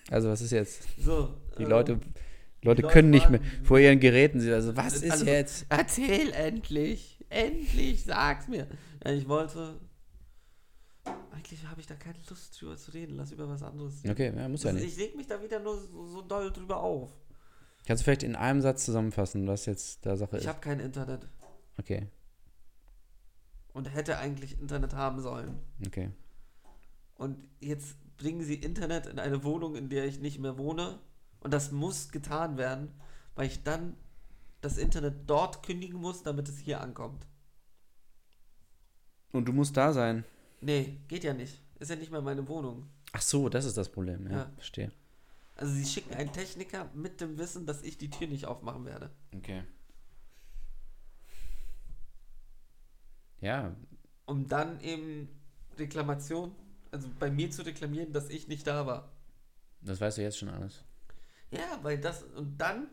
D: Also, was ist jetzt?
C: So.
D: Die
C: ähm,
D: Leute,
C: Leute
D: Leute können nicht mehr
C: warten.
D: vor ihren Geräten. sind Also, was ist
C: Also-
D: jetzt?
C: Erzähl endlich! Endlich, sag's mir! Ja, ich wollte. Eigentlich habe ich da keine Lust drüber zu reden. Lass über was anderes. reden.
D: Okay, ja, muss ja
C: Also
D: nicht.
C: Ich leg mich da wieder nur so, so doll drüber auf.
D: Kannst du vielleicht in einem Satz zusammenfassen, was jetzt da Sache
C: Ich
D: ist?
C: habe kein Internet
D: Okay,
C: und hätte eigentlich Internet haben sollen.
D: okay.
C: Und jetzt bringen sie Internet in eine Wohnung, in der ich nicht mehr wohne. Und das muss getan werden, weil ich dann das Internet dort kündigen muss, damit es hier ankommt.
D: Und du musst da sein.
C: Nee, geht ja nicht. Ist ja nicht mehr meine Wohnung.
D: Ach so, das ist das Problem. Ja,
C: Ja.
D: verstehe.
C: Also sie schicken einen Techniker mit dem Wissen, dass ich die Tür nicht aufmachen werde.
D: Okay. Ja,
C: Um dann eben Reklamation, also bei mir zu reklamieren, dass ich nicht da war.
D: das weißt du jetzt schon alles.
C: Ja, weil das, und dann,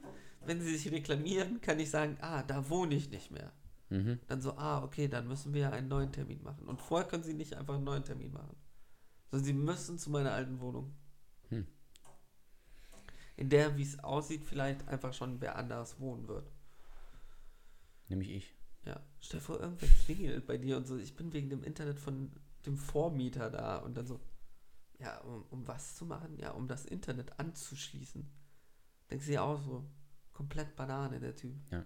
C: wenn sie sich reklamieren, kann ich sagen, ah, da wohne ich nicht mehr.
D: Mhm.
C: Dann so, ah, okay, dann müssen wir ja einen neuen Termin machen. Und vorher können sie nicht einfach einen neuen Termin machen. Sondern sie müssen zu meiner alten Wohnung.
D: Hm.
C: In der, wie es aussieht, vielleicht einfach schon wer anders wohnen wird.
D: Nämlich ich.
C: Ja, stell dir vor, irgendwer klingelt bei dir und so, ich bin wegen dem Internet von dem Vormieter da und dann so, ja, um, um was zu machen? Ja, um das Internet anzuschließen. Denkst du dir auch so, komplett Banane, der Typ.
D: Ja.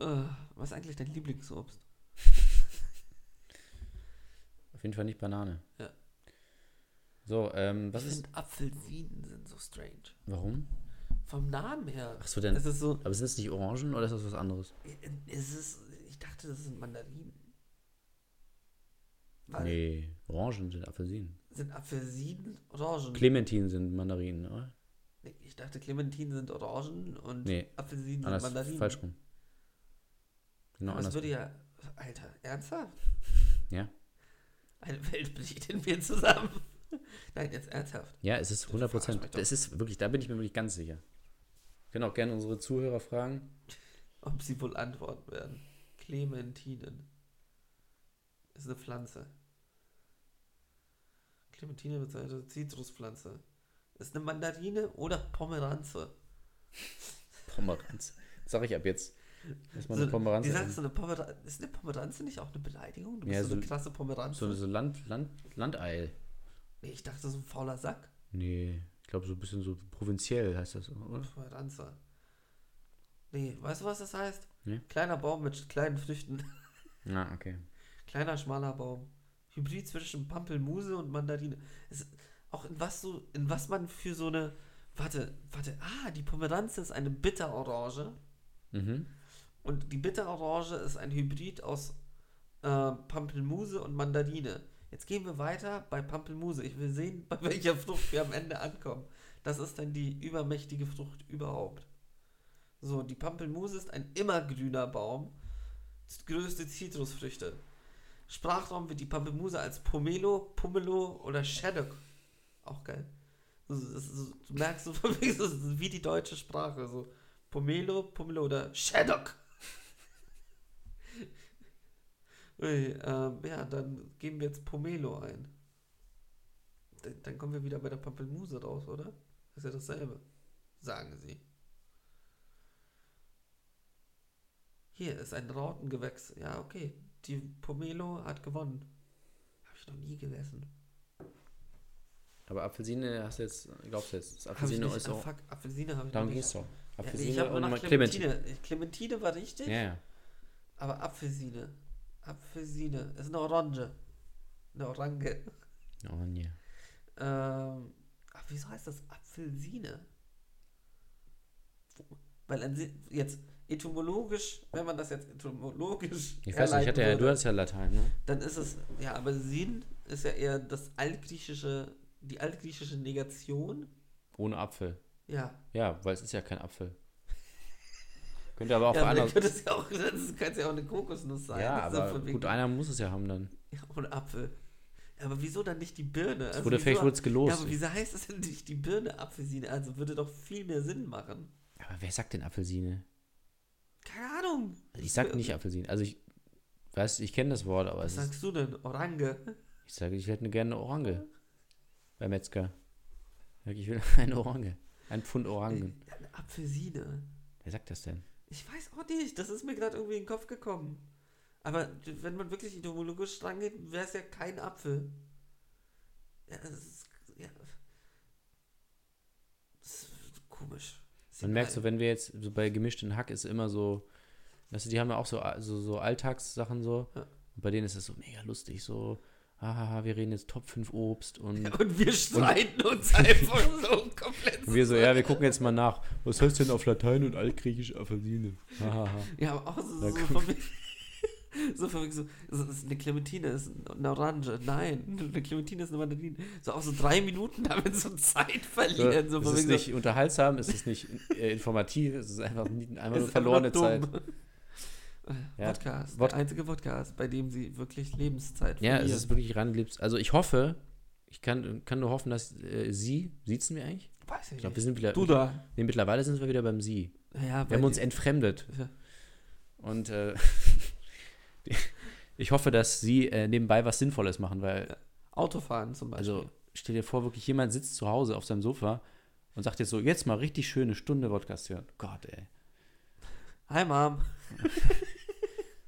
C: Äh, was ist eigentlich dein Lieblingsobst?
D: Auf jeden Fall nicht Banane.
C: Ja.
D: So, ähm, was
C: ich
D: ist.
C: finde, Apfelsinen sind so strange.
D: Warum?
C: vom Namen her.
D: Ach so, dann-
C: Es ist so,
D: Aber sind es nicht Orangen oder ist das was anderes?
C: es ist, ich dachte, das sind Mandarinen. Weil-
D: Nee, Orangen sind Apfelsinen.
C: Sind Apfelsinen Orangen?
D: Clementinen sind Mandarinen, oder?
C: Nee, ich dachte, Clementinen sind Orangen und
D: Nee,
C: Apfelsinen sind
D: Anders,
C: Mandarinen.
D: falsch rum. Genau,
C: Aber es
D: anders.
C: würde ja, Alter, ernsthaft?
D: Ja.
C: Eine Welt bricht in mir zusammen. Nein, jetzt ernsthaft.
D: ja, es ist 100
C: verarscht mich
D: Prozent.
C: doch.
D: Es ist wirklich, da bin ich mir wirklich ganz sicher. Können auch gerne unsere Zuhörer fragen.
C: Ob sie wohl antworten werden. Clementinen. Ist eine Pflanze. Clementine bezeichnet Zitruspflanze. Ist eine Mandarine oder Pomeranze.
D: Pomeranz. Sag ich ab jetzt. Erstmal
C: So,
D: eine Pomeranz.
C: Die Also, sagst du, eine Pomeranze. Ist eine Pomeranze nicht auch eine Beleidigung? Du bist
D: Ja,
C: so eine
D: so-
C: krasse Pomeranze.
D: So, so Land, Land, Landeil.
C: nee, ich dachte, so ein fauler Sack.
D: Hm. Nee, ich glaube, so ein bisschen so provinziell heißt das, oder?
C: Pomeranze. halt Nee, weißt du, was das heißt?
D: Nee.
C: Kleiner Baum mit kleinen Früchten.
D: Ah, okay.
C: Kleiner, schmaler Baum. Hybrid zwischen Pampelmuse und Mandarine. Es, auch in was so, in was man für so eine. Warte, warte. Ah, die Pomeranze ist eine Bitterorange.
D: Mhm.
C: Und die Bitterorange ist ein Hybrid aus äh, Pampelmuse und Mandarine. Jetzt gehen wir weiter bei Pampelmuse. Ich will sehen, bei welcher Frucht wir am Ende ankommen. Das ist dann die übermächtige Frucht überhaupt. So, die Pampelmuse ist ein immergrüner Baum. Z- Größte Zitrusfrüchte. Sprachraum wird die Pampelmuse als Pomelo, Pumelo oder Shaddock. Auch geil. Also, das ist so- du merkst so, das ist wie die deutsche Sprache. So Pomelo, Pumelo oder Shaddock. Ui, ähm, ja, dann geben wir jetzt Pomelo ein. D dann kommen wir wieder bei der Pampelmuse raus, oder? Ist ja dasselbe, sagen sie. Hier ist ein Rautengewächs. Ja, okay. Die Pomelo hat gewonnen. Habe ich noch nie gegessen.
D: Aber Apfelsine hast du jetzt, glaubst du jetzt, das
C: Hab ich
D: Apfelsine
C: nicht,
D: ist
C: ah,
D: auch.
C: fuck, Apfelsine habe ich
D: Darum
C: noch
D: geht's
C: nicht.
D: doch.
C: Ja,
D: Apfelsine
C: ich habe nur
D: und
C: nach
D: mal
C: Clementine.
D: Clementine.
C: Clementine war richtig,
D: Ja, ja.
C: aber Apfelsine. Apfelsine ist eine Orange. Eine Orange.
D: Oh, nee.
C: Ähm, ach, wieso heißt das Apfelsine? Weil an si- jetzt etymologisch, wenn man das jetzt etymologisch
D: Ich weiß nicht, ich hatte ja,
C: herleiten
D: du
C: würde,
D: hast ja Latein, ne?
C: dann ist es, ja, aber Sin ist ja eher das altgriechische, die altgriechische Negation.
D: Ohne Apfel.
C: Ja,
D: Ja, weil es ist ja kein Apfel. Könnte aber auch
C: ja
D: ja,
C: aber dann
D: einer.
C: könnte es ja auch, das könnte ja auch eine Kokosnuss sein.
D: Ja,
C: Das ist
D: aber
C: von wegen-
D: gut, einer muss es ja haben dann.
C: Ja, und Apfel. Ja, aber wieso dann nicht die Birne? Also
D: wurde-
C: wieso,
D: vielleicht wurde es gelost.
C: Ja, aber wieso heißt es denn nicht die Birne Apfelsine? Also würde doch viel mehr Sinn machen.
D: Aber wer sagt denn Apfelsine?
C: Keine Ahnung. Äh,
D: Also ich sag nicht Apfelsine. Also ich weiß, ich kenne das Wort, aber
C: Was
D: es ist,
C: sagst du denn? Orange?
D: ich sage, ich hätte gerne eine Orange. Beim Metzger. Ich sag, Ich will eine Orange. Ein Pfund Orangen.
C: Ja, eine Apfelsine.
D: Wer sagt das denn?
C: Ich weiß auch nicht. Das ist mir gerade irgendwie in den Kopf gekommen. Aber wenn man wirklich etymologisch rangeht, wäre es ja kein Apfel. Ja, das ist, ja. Das ist komisch. Ist
D: Man
C: egal.
D: merkt so, wenn wir jetzt so bei gemischten Hack ist immer so, weißt du, die haben ja auch so, so, so Alltagssachen so.
C: Ja.
D: Und bei denen ist das so mega lustig, so, hahaha, wir reden jetzt Top 5 Obst und,
C: Und wir streiten uns einfach so komplett.
D: und wir so, ja, wir gucken jetzt mal nach. Was heißt denn auf Latein und Altgriechisch Apfelsine? Hahaha.
C: Ja, aber auch so,
D: Na,
C: so
D: guck.
C: von wegen, so von wegen so, so, das ist eine Clementine, das ist eine Orange, nein, eine Clementine ist eine Mandarine. So auch so drei Minuten damit so Zeit
D: So,
C: verlieren. So,
D: es
C: von
D: ist
C: wegen
D: nicht unterhaltsam, es ist nicht äh, informativ, es ist einfach, nie, einfach
C: so,
D: nur verlorene Zeit.
C: Zeit.
D: Ja,
C: Podcast,
D: Wod-
C: der einzige Podcast, bei dem sie wirklich Lebenszeit
D: Ja,
C: verlieren.
D: es ist wirklich ran, Also ich hoffe, ich kann, kann nur hoffen, dass äh, sie, siezen wir eigentlich?
C: Weiß
D: Ich
C: ich
D: glaube, wir
C: nicht.
D: sind wieder,
C: Du da.
D: nee, mittlerweile sind wir wieder beim sie.
C: Ja,
D: Wir haben uns entfremdet.
C: Ja.
D: Und äh, ich hoffe, dass sie äh, nebenbei was Sinnvolles machen, weil,
C: Autofahren zum Beispiel.
D: also stell dir vor, wirklich jemand sitzt zu Hause auf seinem Sofa und sagt jetzt so, jetzt mal richtig schöne Stunde Podcast hören. Gott, ey.
C: Hi Mom.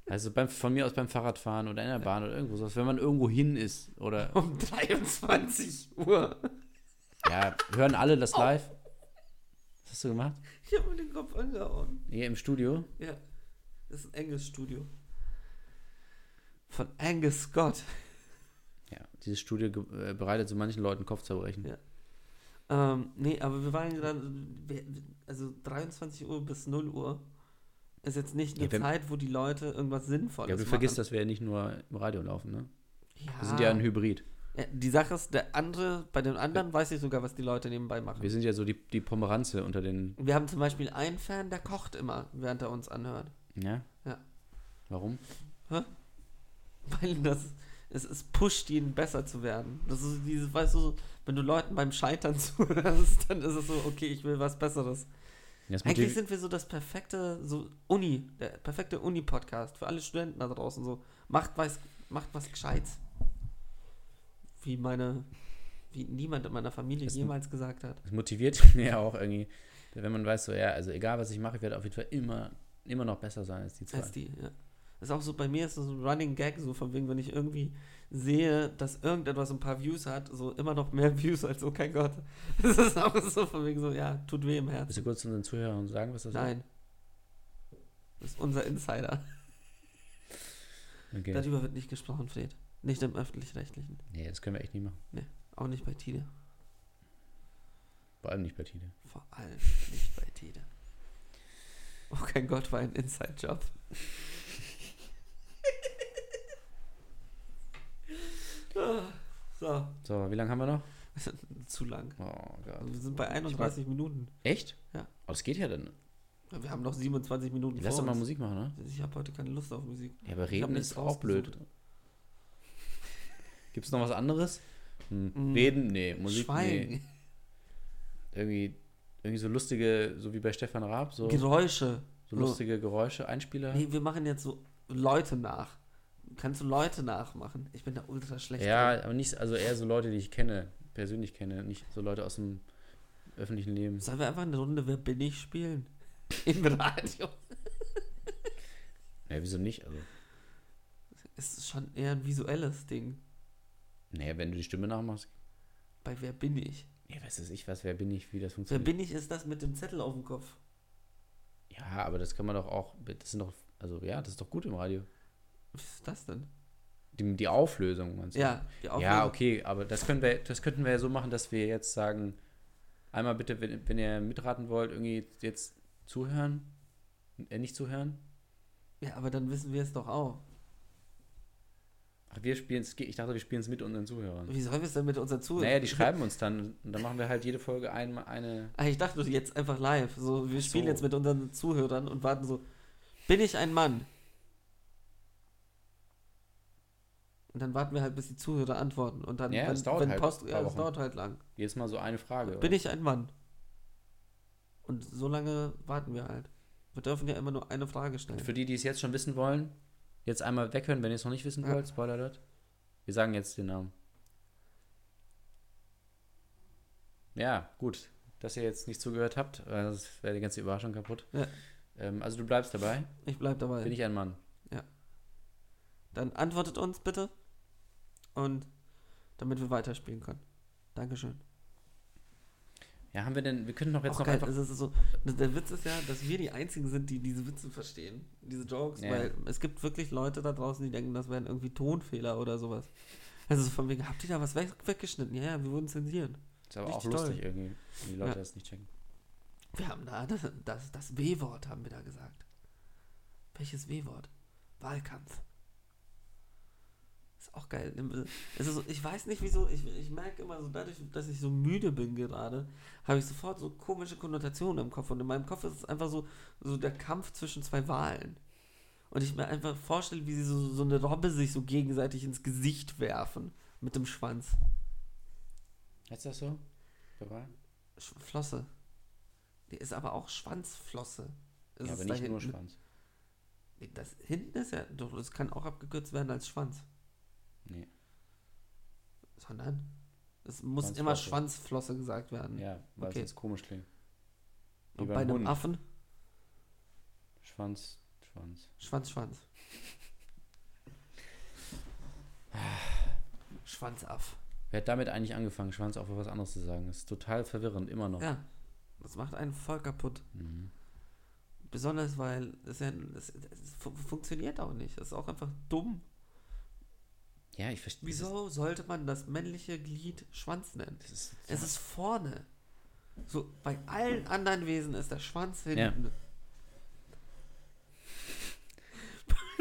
D: Also beim, von mir aus beim Fahrradfahren oder in der Bahn oder irgendwo sowas, wenn man irgendwo hin ist oder
C: Um 23 Uhr.
D: ja, hören alle das live. Was hast du gemacht?
C: Ich habe mir den Kopf angehauen.
D: Hier im Studio.
C: Ja. Das ist ein enges Studio. Von Angus Scott.
D: Ja, dieses Studio ge- äh, bereitet so manchen Leuten Kopfzerbrechen.
C: Ja. Ähm, nee, aber wir waren gerade, wir- also 23 Uhr bis 0 Uhr ist jetzt nicht eine
D: Ja, wenn-
C: Zeit, wo die Leute irgendwas Sinnvolles
D: Ja, du
C: machen.
D: vergisst, dass wir Ah. ja nicht nur im Radio laufen, ne?
C: Ja.
D: Wir sind ja ein Hybrid.
C: Ja, Die Sache ist, der andere, bei den anderen weiß ich sogar, was die Leute nebenbei machen.
D: Wir sind ja so die, die Pomeranze unter den.
C: Wir haben zum Beispiel einen Fan, der kocht immer, während er uns anhört.
D: Ja?
C: Ja.
D: Warum?
C: Weil das, es, es pusht ihn, besser zu werden. Das ist dieses, weißt du, wenn du Leuten beim Scheitern zuhörst, dann ist es so, okay, ich will was Besseres.
D: Das
C: Eigentlich
D: motiviert-
C: sind wir so das perfekte, so Uni, der perfekte Uni-Podcast für alle Studenten da draußen. So, macht was, macht was Gescheites. Wie meine, wie niemand in meiner Familie
D: Ist-
C: jemals gesagt hat.
D: Das motiviert mir ja auch irgendwie, wenn man weiß, so, ja, also egal was ich mache, ich werde auf jeden Fall immer, immer noch besser sein als die zwei.
C: Als die, ja. Ist auch so, bei mir ist das so ein Running Gag, so von wegen, wenn ich irgendwie sehe, dass irgendetwas ein paar Views hat, so immer noch mehr Views als, oh kein Gott. Das ist auch so von wegen so, ja, tut weh im Herzen.
D: Willst du kurz zu unseren Zuhörern sagen, was das
C: Nein. Das ist unser Insider.
D: ist? Okay.
C: Darüber wird nicht gesprochen, Fred. Nicht im Öffentlich-Rechtlichen.
D: Nee, das können wir echt nicht machen.
C: Auch nicht bei Tide.
D: Vor allem nicht bei Tide.
C: Vor allem nicht bei Tide. Oh kein Gott, war ein Inside-Job. Ah, so,
D: So, wie lange haben wir noch?
C: zu lang.
D: Oh Gott.
C: Also wir sind bei 31 Minuten.
D: Echt?
C: Ja.
D: Oh, das geht ja dann.
C: Wir haben noch 27 Minuten
D: Lass
C: vor
D: doch mal
C: uns.
D: Musik machen, ne?
C: Ich habe heute keine Lust auf Musik.
D: Ja, aber
C: Ich hab
D: reden
C: nichts
D: ist auch blöd.
C: rausgesucht.
D: Gibt es noch was anderes? Hm.
C: Mm.
D: Reden? Nee. Musik? Nee.
C: Schweigen.
D: Irgendwie, irgendwie so lustige, so wie bei Stefan Raab, so, so
C: Geräusche.
D: lustige Geräusche, Einspieler.
C: Nee, wir machen jetzt so Leute nach. Kannst du Leute nachmachen? Ich bin da ultra schlecht. drin.
D: Ja, aber nicht, also eher so Leute, die ich kenne, persönlich kenne, nicht so Leute aus dem öffentlichen Leben.
C: Sollen wir einfach eine Runde Wer bin ich spielen? Im Radio.
D: Naja, wieso nicht? Also,
C: Es ist schon eher ein visuelles Ding.
D: naja, wenn du die Stimme nachmachst.
C: Bei Wer bin ich?
D: Ja, was ist ich, was, wer bin ich, wie das
C: Wer
D: funktioniert.
C: bin ich ist das mit dem Zettel auf dem Kopf.
D: ja, aber das kann man doch auch, das sind doch, also ja, das ist doch gut im Radio.
C: Was ist das denn?
D: Die, die Auflösung, meinst du?
C: Ja, die
D: Ja,
C: Aufnahme.
D: okay, aber das, können wir, das könnten wir ja so machen, dass wir jetzt sagen, einmal bitte, wenn, wenn ihr mitraten wollt, irgendwie jetzt zuhören, äh, nicht zuhören.
C: Ja, aber dann wissen wir es doch auch.
D: Ach, wir spielen es, ich dachte, wir spielen es mit unseren Zuhörern.
C: Wie sollen wir es denn mit unseren Zuhörern?
D: Naja, die schreiben uns dann und dann machen wir halt jede Folge einmal eine.
C: Ah, ich dachte jetzt einfach live. So, wir spielen
D: so.
C: jetzt mit unseren Zuhörern und warten so. Bin ich ein Mann? Und dann warten wir halt, bis die Zuhörer antworten. Und dann,
D: Ja,
C: wenn,
D: es dauert
C: wenn
D: halt
C: Post,
D: ein
C: ja,
D: paar
C: es
D: Wochen.
C: dauert halt lang.
D: Jedes Mal so eine Frage.
C: Bin ich ein Mann? Und so lange warten wir halt. Wir dürfen ja immer nur eine Frage
D: Und
C: stellen.
D: für die, die es jetzt schon wissen wollen, jetzt einmal weghören, wenn ihr es noch nicht wissen
C: Ja.
D: wollt. Spoiler alert. Wir sagen jetzt den Namen. Ja, gut. Dass ihr jetzt nicht zugehört habt, äh, das wäre die ganze Überraschung kaputt.
C: Ja.
D: Ähm, also du bleibst dabei.
C: Ich bleib dabei.
D: Bin ich ein Mann?
C: Dann antwortet uns bitte. Und damit wir weiterspielen können. Dankeschön.
D: Ja, haben wir denn, wir können doch jetzt
C: Auch
D: noch
C: geil,
D: einfach.
C: es ist so, der Witz ist ja, dass wir die Einzigen sind, die diese Witze verstehen, diese Jokes,
D: Ja.
C: weil es gibt wirklich Leute da draußen, die denken, das wären irgendwie Tonfehler oder sowas. Also so von wegen, habt ihr da was weg, weggeschnitten? Ja, ja, wir wurden zensiert.
D: Ist aber auch
C: richtig
D: lustig
C: toll.
D: irgendwie, wenn die Leute
C: Ja.
D: das nicht checken.
C: Wir haben da das, das, das W-Wort, haben wir da gesagt. Welches W-Wort? Wahlkampf. Ist auch geil. Es ist so, ich weiß nicht wieso, ich, ich merke immer so dadurch, dass ich so müde bin gerade, habe ich sofort so komische Konnotationen im Kopf. Und in meinem Kopf ist es einfach so, so der Kampf zwischen zwei Wahlen. Und ich mir einfach vorstelle, wie sie so, so eine Robbe sich so gegenseitig ins Gesicht werfen mit dem Schwanz.
D: Heißt das so? Dabei?
C: Sch Flosse. Die ist aber auch Schwanzflosse. Ist
D: Ja,
C: es
D: aber
C: da
D: nicht nur
C: hinten?
D: Schwanz.
C: Nee, Das hinten ist ja, doch, das kann auch abgekürzt werden als Schwanz.
D: Nee.
C: Sondern? Es muss
D: Schwanzflosse.
C: immer Schwanzflosse gesagt werden.
D: Ja, weil
C: Okay.
D: es jetzt komisch klingt. Wie
C: Und
D: beim
C: bei einem
D: Hund.
C: Affen
D: Schwanz, Schwanz.
C: Schwanz, Schwanz. Schwanzaff.
D: Wer hat damit eigentlich angefangen, Schwanz auf was anderes zu sagen? Das ist total verwirrend, immer noch.
C: Ja, das macht einen voll kaputt.
D: Mhm.
C: Besonders, weil es, ja, es, es fu- funktioniert auch nicht. Es ist auch einfach dumm.
D: Ja, ich verstehe.
C: Wieso sollte man das männliche Glied Schwanz nennen?
D: Das ist, das
C: Es
D: ist,
C: ist vorne. So, bei allen anderen Wesen ist der Schwanz hinten.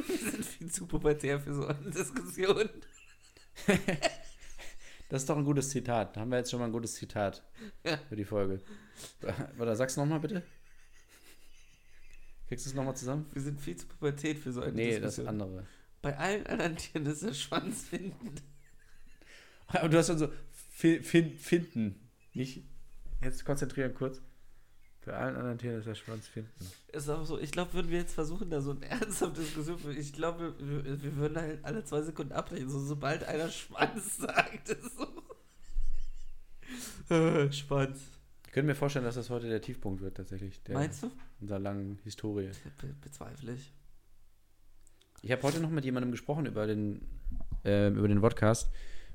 C: Wir sind viel zu pubertär für so eine Diskussion.
D: Das ist doch ein gutes Zitat. Da haben wir jetzt schon mal ein gutes Zitat
C: Ja.
D: für die Folge. Oder sag's nochmal bitte. Kriegst du es nochmal zusammen?
C: Wir sind viel zu pubertät für so eine
D: Nee, das
C: Diskussion.
D: andere.
C: Bei allen anderen Tieren ist der Schwanz hinten.
D: Aber du hast schon so fi fin finden. Nicht. Jetzt konzentrieren kurz. Bei allen anderen Tieren ist der Schwanz finden.
C: Ist auch so, ich glaube, würden wir jetzt versuchen, da so eine ernsthafte Diskussion für. Ich glaube, wir, wir würden halt alle zwei Sekunden abbrechen. So, sobald einer Schwanz sagt, ist so. Äh, Schwanz.
D: Ich könnte mir vorstellen, dass das heute der Tiefpunkt wird, tatsächlich. Der,
C: Meinst du?
D: Unserer langen Historie.
C: Be bezweifle ich.
D: Ich habe heute noch mit jemandem gesprochen über den, ähm, über den Podcast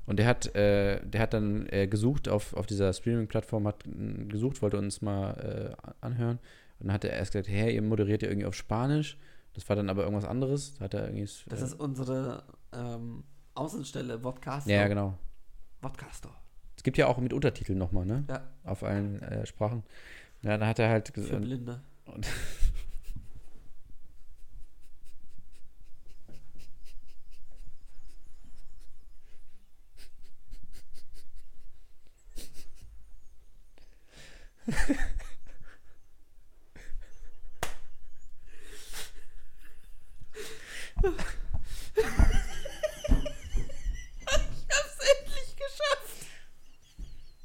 D: und der hat, äh, der hat dann äh, gesucht auf, auf dieser Streaming-Plattform, hat mh, gesucht, wollte uns mal äh, anhören und dann hat er erst gesagt, hey, ihr moderiert ja irgendwie auf Spanisch. Das war dann aber irgendwas anderes. Da hat er irgendwie. s-
C: Das
D: äh,
C: ist unsere ähm, Außenstelle, Vodcaster.
D: ja, ja, genau.
C: Vodcaster.
D: Es gibt ja auch mit Untertiteln nochmal, ne?
C: Ja.
D: Auf allen äh, Sprachen. Ja, da hat er halt
C: Für
D: gesagt.
C: Blinde. Ich hab's endlich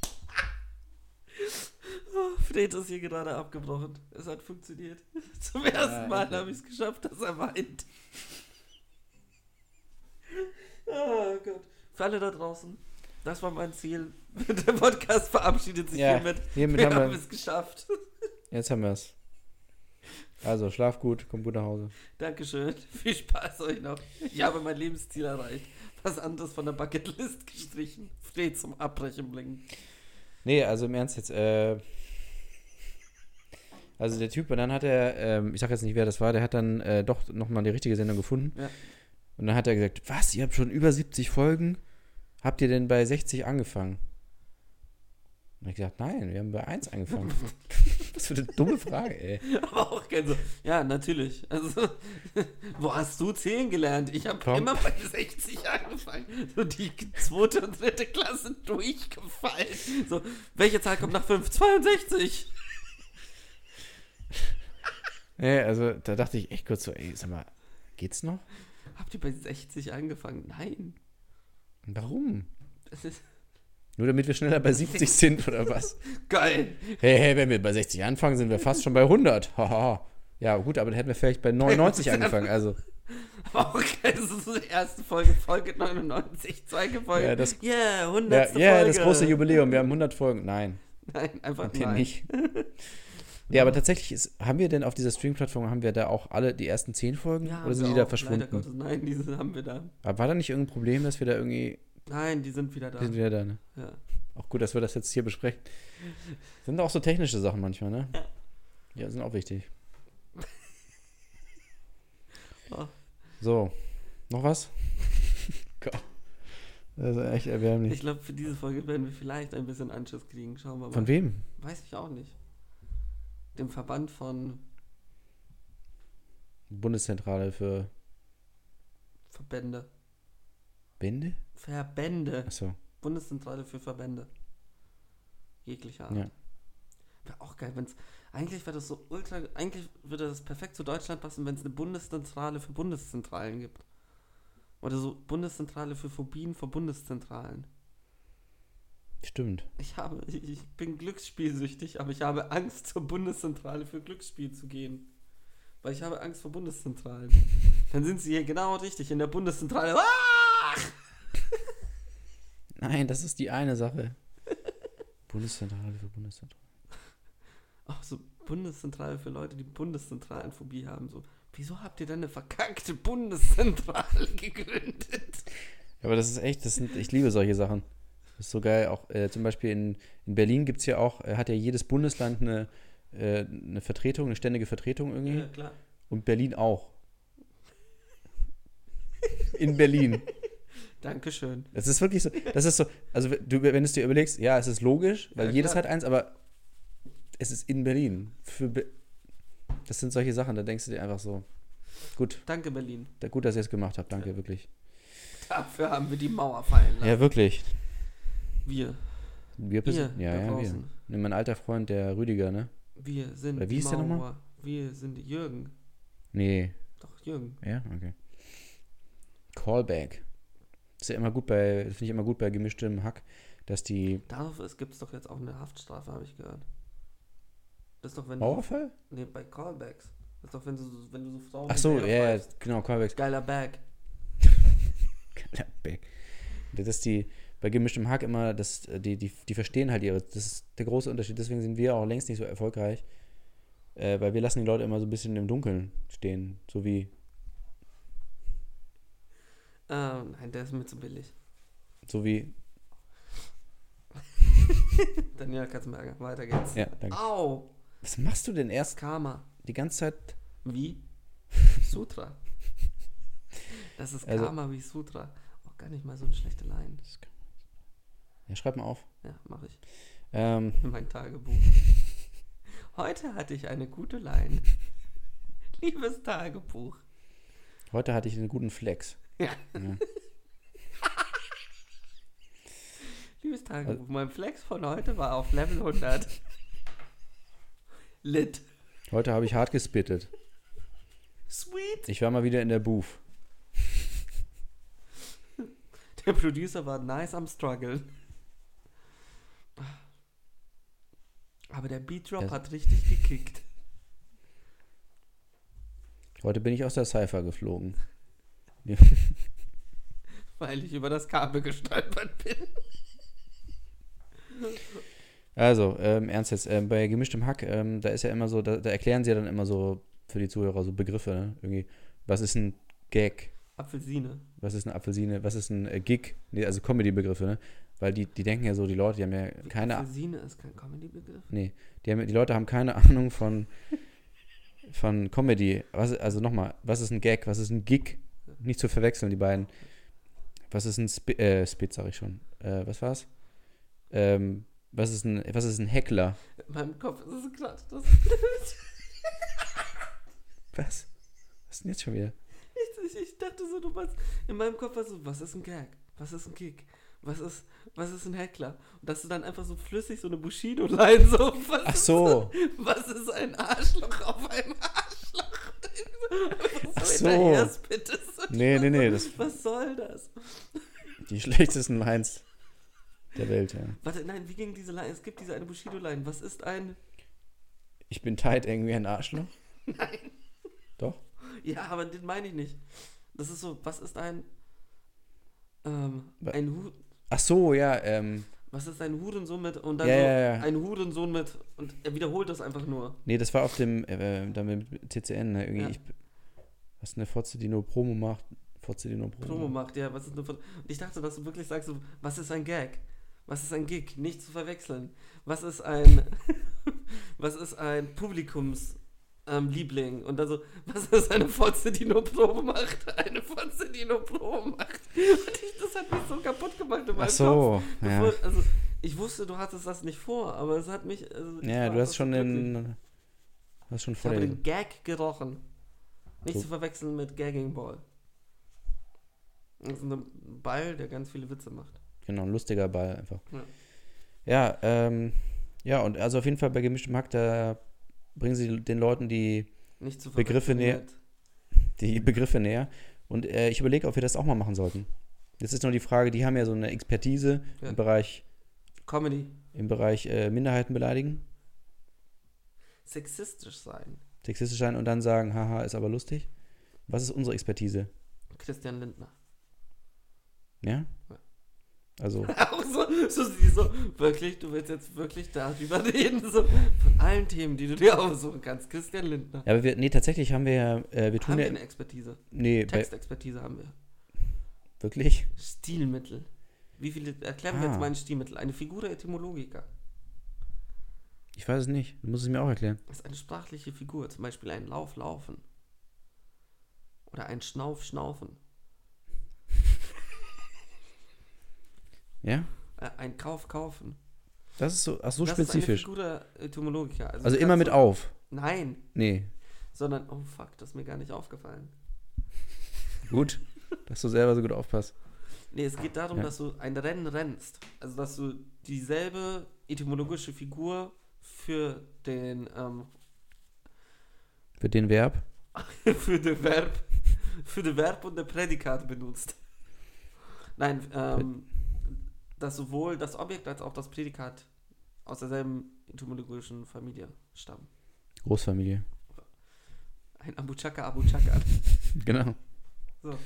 C: geschafft. Oh, Fred ist hier gerade abgebrochen. Es hat funktioniert. Zum ersten Mal
D: endlich.
C: habe ich es geschafft, dass er weint. Oh Gott. Für alle da draußen, das war mein Ziel. Der Podcast verabschiedet sich
D: Ja,
C: hiermit.
D: hiermit
C: Wir
D: haben wir-
C: haben es geschafft.
D: Jetzt haben wir es. Also, schlaf gut, komm gut nach Hause.
C: Dankeschön. Viel Spaß euch noch. Ich habe mein Lebensziel erreicht. Was anderes von der Bucketlist gestrichen. Fred zum Abbrechen bringen.
D: Nee, also im Ernst jetzt. Äh, also der Typ, und dann hat er, ähm, ich sag jetzt nicht, wer das war, der hat dann äh, doch nochmal die richtige Sendung gefunden.
C: Ja.
D: Und dann hat er gesagt, was, ihr habt schon über 70 Folgen? Habt ihr denn bei 60 angefangen? Und ich gesagt, nein, wir haben bei 1 angefangen. was für eine dumme Frage, ey.
C: Aber auch kein so. Ja, natürlich. Also, wo hast du 10 gelernt? Ich habe
D: Komm.
C: immer bei 60 angefangen. So die zweite und dritte Klasse durchgefallen. So, welche Zahl kommt nach 5? 62.
D: Nee, also da dachte ich echt kurz so, ey, sag mal, geht's noch?
C: Habt ihr bei 60 angefangen? Nein.
D: Warum?
C: Das ist
D: Nur damit wir schneller bei 70 sind oder was?
C: geil.
D: Hey, hey, wenn wir bei 60 anfangen, sind wir fast schon bei 100. Haha. ja, gut, aber dann hätten wir vielleicht bei 99 angefangen. Also,
C: Aber auch geil. Das ist die erste Folge, Folge 99, zweite Folge.
D: Ja, das-
C: yeah, 100.
D: ja, ja,
C: Folge.
D: das große Jubiläum. Wir haben 100 Folgen. Nein,
C: Nein, einfach
D: haben wir
C: nein.
D: nicht. Ja, aber tatsächlich, ist, haben wir denn auf dieser Stream-Plattform, haben wir da auch alle die ersten 10 Folgen?
C: Ja,
D: oder sind die
C: also
D: da
C: auch, Leider
D: verschwunden?
C: Gottes, nein, diese haben wir da.
D: Aber war da nicht irgendein Problem, dass wir da irgendwie,
C: Nein, die sind wieder da.
D: die sind wieder da, ne?
C: ja.
D: Auch gut, dass wir das jetzt hier besprechen. Sind auch so technische Sachen manchmal, ne? Ja, sind auch wichtig.
C: Oh.
D: So, noch was? Gott. Das ist echt
C: Ich
D: erbärmlich.
C: glaube, für diese Folge werden wir vielleicht ein bisschen Anschiss kriegen. Schauen wir mal.
D: Von wem?
C: Weiß ich auch nicht. Dem Verband von
D: Bundeszentrale für
C: Verbände.
D: Bände?
C: Verbände.
D: Achso,
C: Bundeszentrale für Verbände. Jeglicher Art.
D: ja.
C: Wäre auch geil, wenn's. Eigentlich wäre das so ultra. Eigentlich würde das perfekt zu Deutschland passen, wenn es eine Bundeszentrale für Bundeszentralen gibt. Oder so Bundeszentrale für Phobien vor Bundeszentralen.
D: Stimmt.
C: Ich habe, ich ich bin glücksspielsüchtig, aber ich habe Angst, zur Bundeszentrale für Glücksspiel zu gehen. Weil ich habe Angst vor Bundeszentralen. Dann sind sie hier genau richtig, in der Bundeszentrale. Ah!
D: Nein, das ist die eine Sache. Bundeszentrale für Bundeszentrale.
C: Auch so Bundeszentrale für Leute, die Bundeszentralenphobie haben. So, wieso habt ihr denn eine verkackte Bundeszentrale gegründet?
D: Ja, aber das ist echt, das sind, ich liebe solche Sachen. Das ist so geil. Auch äh, zum Beispiel in, in Berlin gibt es ja auch, äh, hat ja jedes Bundesland eine, äh, eine Vertretung, eine ständige Vertretung irgendwie.
C: Ja, klar.
D: Und Berlin auch. In Berlin.
C: Dankeschön.
D: Das ist wirklich so, das ist so, also du, wenn du es dir überlegst, ja, es ist logisch, weil
C: Ja,
D: jedes
C: klar.
D: hat eins, aber es ist in Berlin. Für Be das sind solche Sachen, da denkst du dir einfach so, gut,
C: Danke, Berlin.
D: da, gut, dass ihr es gemacht habt, danke, wirklich.
C: Dafür haben wir die Mauer fallen lassen.
D: Ja, wirklich.
C: Wir.
D: Wir,
C: Ihr,
D: persönlich- ja,
C: da
D: ja, wir.
C: draußen.
D: Ne, mein alter Freund, der Rüdiger, ne?
C: Wir sind
D: Oder wie
C: die
D: hieß der nochmal?
C: Wir sind Jürgen.
D: Nee,
C: Doch, Jürgen.
D: ja, okay. Callback. Ist ja immer gut bei, finde ich immer gut bei gemischtem Hack, dass die
C: Dafür gibt es doch jetzt auch eine Haftstrafe, habe ich gehört. Das ist doch, wenn
D: Mauerfall?
C: du. Nee, bei Callbacks. Das ist doch, wenn du, so- wenn du so Frauen.
D: Ach so, ja, ja,
C: hinterherfragst.
D: genau, Callbacks.
C: Geiler Bag.
D: Callback. Das ist die, bei gemischtem Hack immer, das, die, die, die verstehen halt ihre, das ist der große Unterschied, deswegen sind wir auch längst nicht so erfolgreich, äh, weil wir lassen die Leute immer so ein bisschen im Dunkeln stehen, so wie,
C: Ähm, nein, der ist mir zu billig.
D: so wie,
C: Daniela Katzenberger, weiter geht's.
D: ja, danke.
C: Au!
D: Was machst du denn erst
C: Karma.
D: die ganze Zeit?
C: Wie? Sutra. Das ist
D: Also-
C: Karma wie Sutra. Auch gar nicht mal so eine schlechte Line.
D: Ja, schreib mal auf.
C: Ja, mache ich.
D: Ähm,
C: In mein Tagebuch. Heute hatte ich eine gute Line. Liebes Tagebuch.
D: heute hatte ich einen guten Flex.
C: Ja. Liebes Tagebuch, mein Flex von heute war auf Level 100. Lit.
D: Heute habe ich hart gespittet.
C: Sweet.
D: Ich war mal wieder in der Booth.
C: Der Producer war nice am struggle. Aber der Beat Drop
D: Das-
C: hat richtig gekickt.
D: Heute bin ich aus der Cypher geflogen.
C: weil ich über das Kabel gestolpert bin.
D: Also, ähm, ernst jetzt, ähm, bei gemischtem Hack, ähm, da ist ja immer so, da, da erklären sie ja dann immer so für die Zuhörer so Begriffe, ne? Irgendwie, was ist ein Gag?
C: Apfelsine.
D: Was ist eine Apfelsine? Was ist ein äh, Gig? Nee, also Comedy-Begriffe, ne? Weil die, die denken ja so, die Leute, die haben ja keine Ahnung.
C: Apfelsine ist kein Comedy-Begriff.
D: Nee, die, haben, die Leute haben keine Ahnung von, von Comedy. Was, also nochmal, was ist ein Gag? Was ist ein Gig? Nicht zu verwechseln, die beiden. Was ist ein Spi äh, Spit, sag ich schon. Äh, was war's? Ähm, was ist ein, was ist ein Heckler?
C: In meinem Kopf ist es gerade das
D: Was? Was ist denn jetzt schon wieder?
C: ich, ich dachte so, du warst. In meinem Kopf war so, was ist ein Gag? Was ist ein Kick? Was ist, was ist ein Heckler? Und dass du dann einfach so flüssig so eine Bushido-Line so. Was
D: Ach so.
C: Ist, was ist ein Arschloch auf einem Arschloch?
D: Ach so.
C: Bitte.
D: Nee, nee, nee, das
C: Was soll das?
D: die schlechtesten Lines der Welt, ja.
C: Warte, nein, wie ging diese Line? Es gibt diese eine Bushido-Line. Was ist ein.
D: Ich bin tight irgendwie ein Arschloch.
C: Nein.
D: Doch?
C: Ja, aber den meine ich nicht. Das ist so, was ist ein. Ähm,
D: Wa-
C: ein Hu
D: Ach so, ja, ähm,
C: was ist ein Hurensohn mit? Und dann
D: Ja,
C: so
D: ja, ja.
C: ein Hurensohn mit. Und er wiederholt das einfach nur.
D: nee, das war auf dem, äh, da mit TCN, ne, irgendwie,
C: Ja.
D: ich, was ist eine Fotze, die nur Promo macht, Fotze, die nur Promo,
C: Promo
D: macht.
C: macht, ja, was ist eine Ver- Und ich dachte, dass du wirklich sagst, so, was ist ein Gag? Was ist ein Gig? Nicht zu verwechseln. Was ist ein. was ist ein Publikums. Ähm, Liebling. Und dann so, was ist eine Fotze, die nur Promo macht? Eine Fotze, die nur Promo macht. Und ich, das hat mich so kaputt gemacht in meinem
D: Ach
C: Kopf.
D: so, ja.
C: Bevor, also, ich wusste, du hattest das nicht vor, aber es hat mich. Also, ich
D: Ja,
C: war
D: du hast
C: einfach
D: schon
C: so glücklich.
D: den, hast schon
C: Ich habe
D: vorher,
C: den Gag gerochen. Nicht
D: So.
C: zu verwechseln mit Gagging Ball. Das ist ein Ball, der ganz viele Witze macht.
D: genau, ein lustiger Ball einfach.
C: Ja.
D: Ja, ähm, ja, und also auf jeden Fall bei gemischtem Hack, da bringen sie den Leuten die
C: Nicht zu
D: Begriffe
C: verwechseln
D: näher-
C: mit.
D: die Begriffe näher. Und äh, ich überlege, ob wir das auch mal machen sollten. Jetzt ist nur die Frage, die haben ja so eine Expertise
C: Ja.
D: im Bereich,
C: Comedy.
D: im Bereich äh, Minderheiten beleidigen,
C: Sexistisch sein.
D: sexistisch sein und dann sagen, haha, ist aber lustig. Was ist unsere Expertise?
C: Christian Lindner.
D: Ja?
C: Ja.
D: Also,
C: Auch so, so, sie so, wirklich, du willst jetzt wirklich darüber reden. So, von allen Themen, die du dir aussuchen kannst. Christian Lindner.
D: ja, aber wir, nee, tatsächlich haben wir ja, äh, wir tun
C: Haben wir
D: ja,
C: eine Expertise?
D: nee, bei,
C: Textexpertise haben wir.
D: wirklich?
C: Stilmittel. Wie viele, erklären wir
D: Ah.
C: jetzt mal ein Stilmittel. Eine Figura etymologica
D: Ich weiß es nicht. Du musst es mir auch erklären.
C: ist eine sprachliche Figur, zum Beispiel ein Lauf laufen. Oder ein Schnauf schnaufen.
D: Ja?
C: Äh, ein Kauf kaufen.
D: Das ist so, ach so
C: das
D: spezifisch.
C: ist ein guter Etymologiker. Also,
D: Also
C: du
D: immer
C: kannst
D: mit
C: so-
D: auf.
C: Nein,
D: Nee.
C: sondern, oh fuck, das ist mir gar nicht aufgefallen.
D: Gut, dass du selber so gut aufpasst.
C: Nee, es geht darum,
D: Ja.
C: dass du ein Rennen rennst. Also, dass du dieselbe etymologische Figur für den, ähm,
D: Für den Verb.
C: für den Verb, für den Verb und den Prädikat benutzt. Nein, ähm, dass sowohl das Objekt als auch das Prädikat aus derselben etymologischen Familie stammen.
D: Großfamilie.
C: Ein Abu Chaka, Abu Chaka.
D: Genau.
C: So.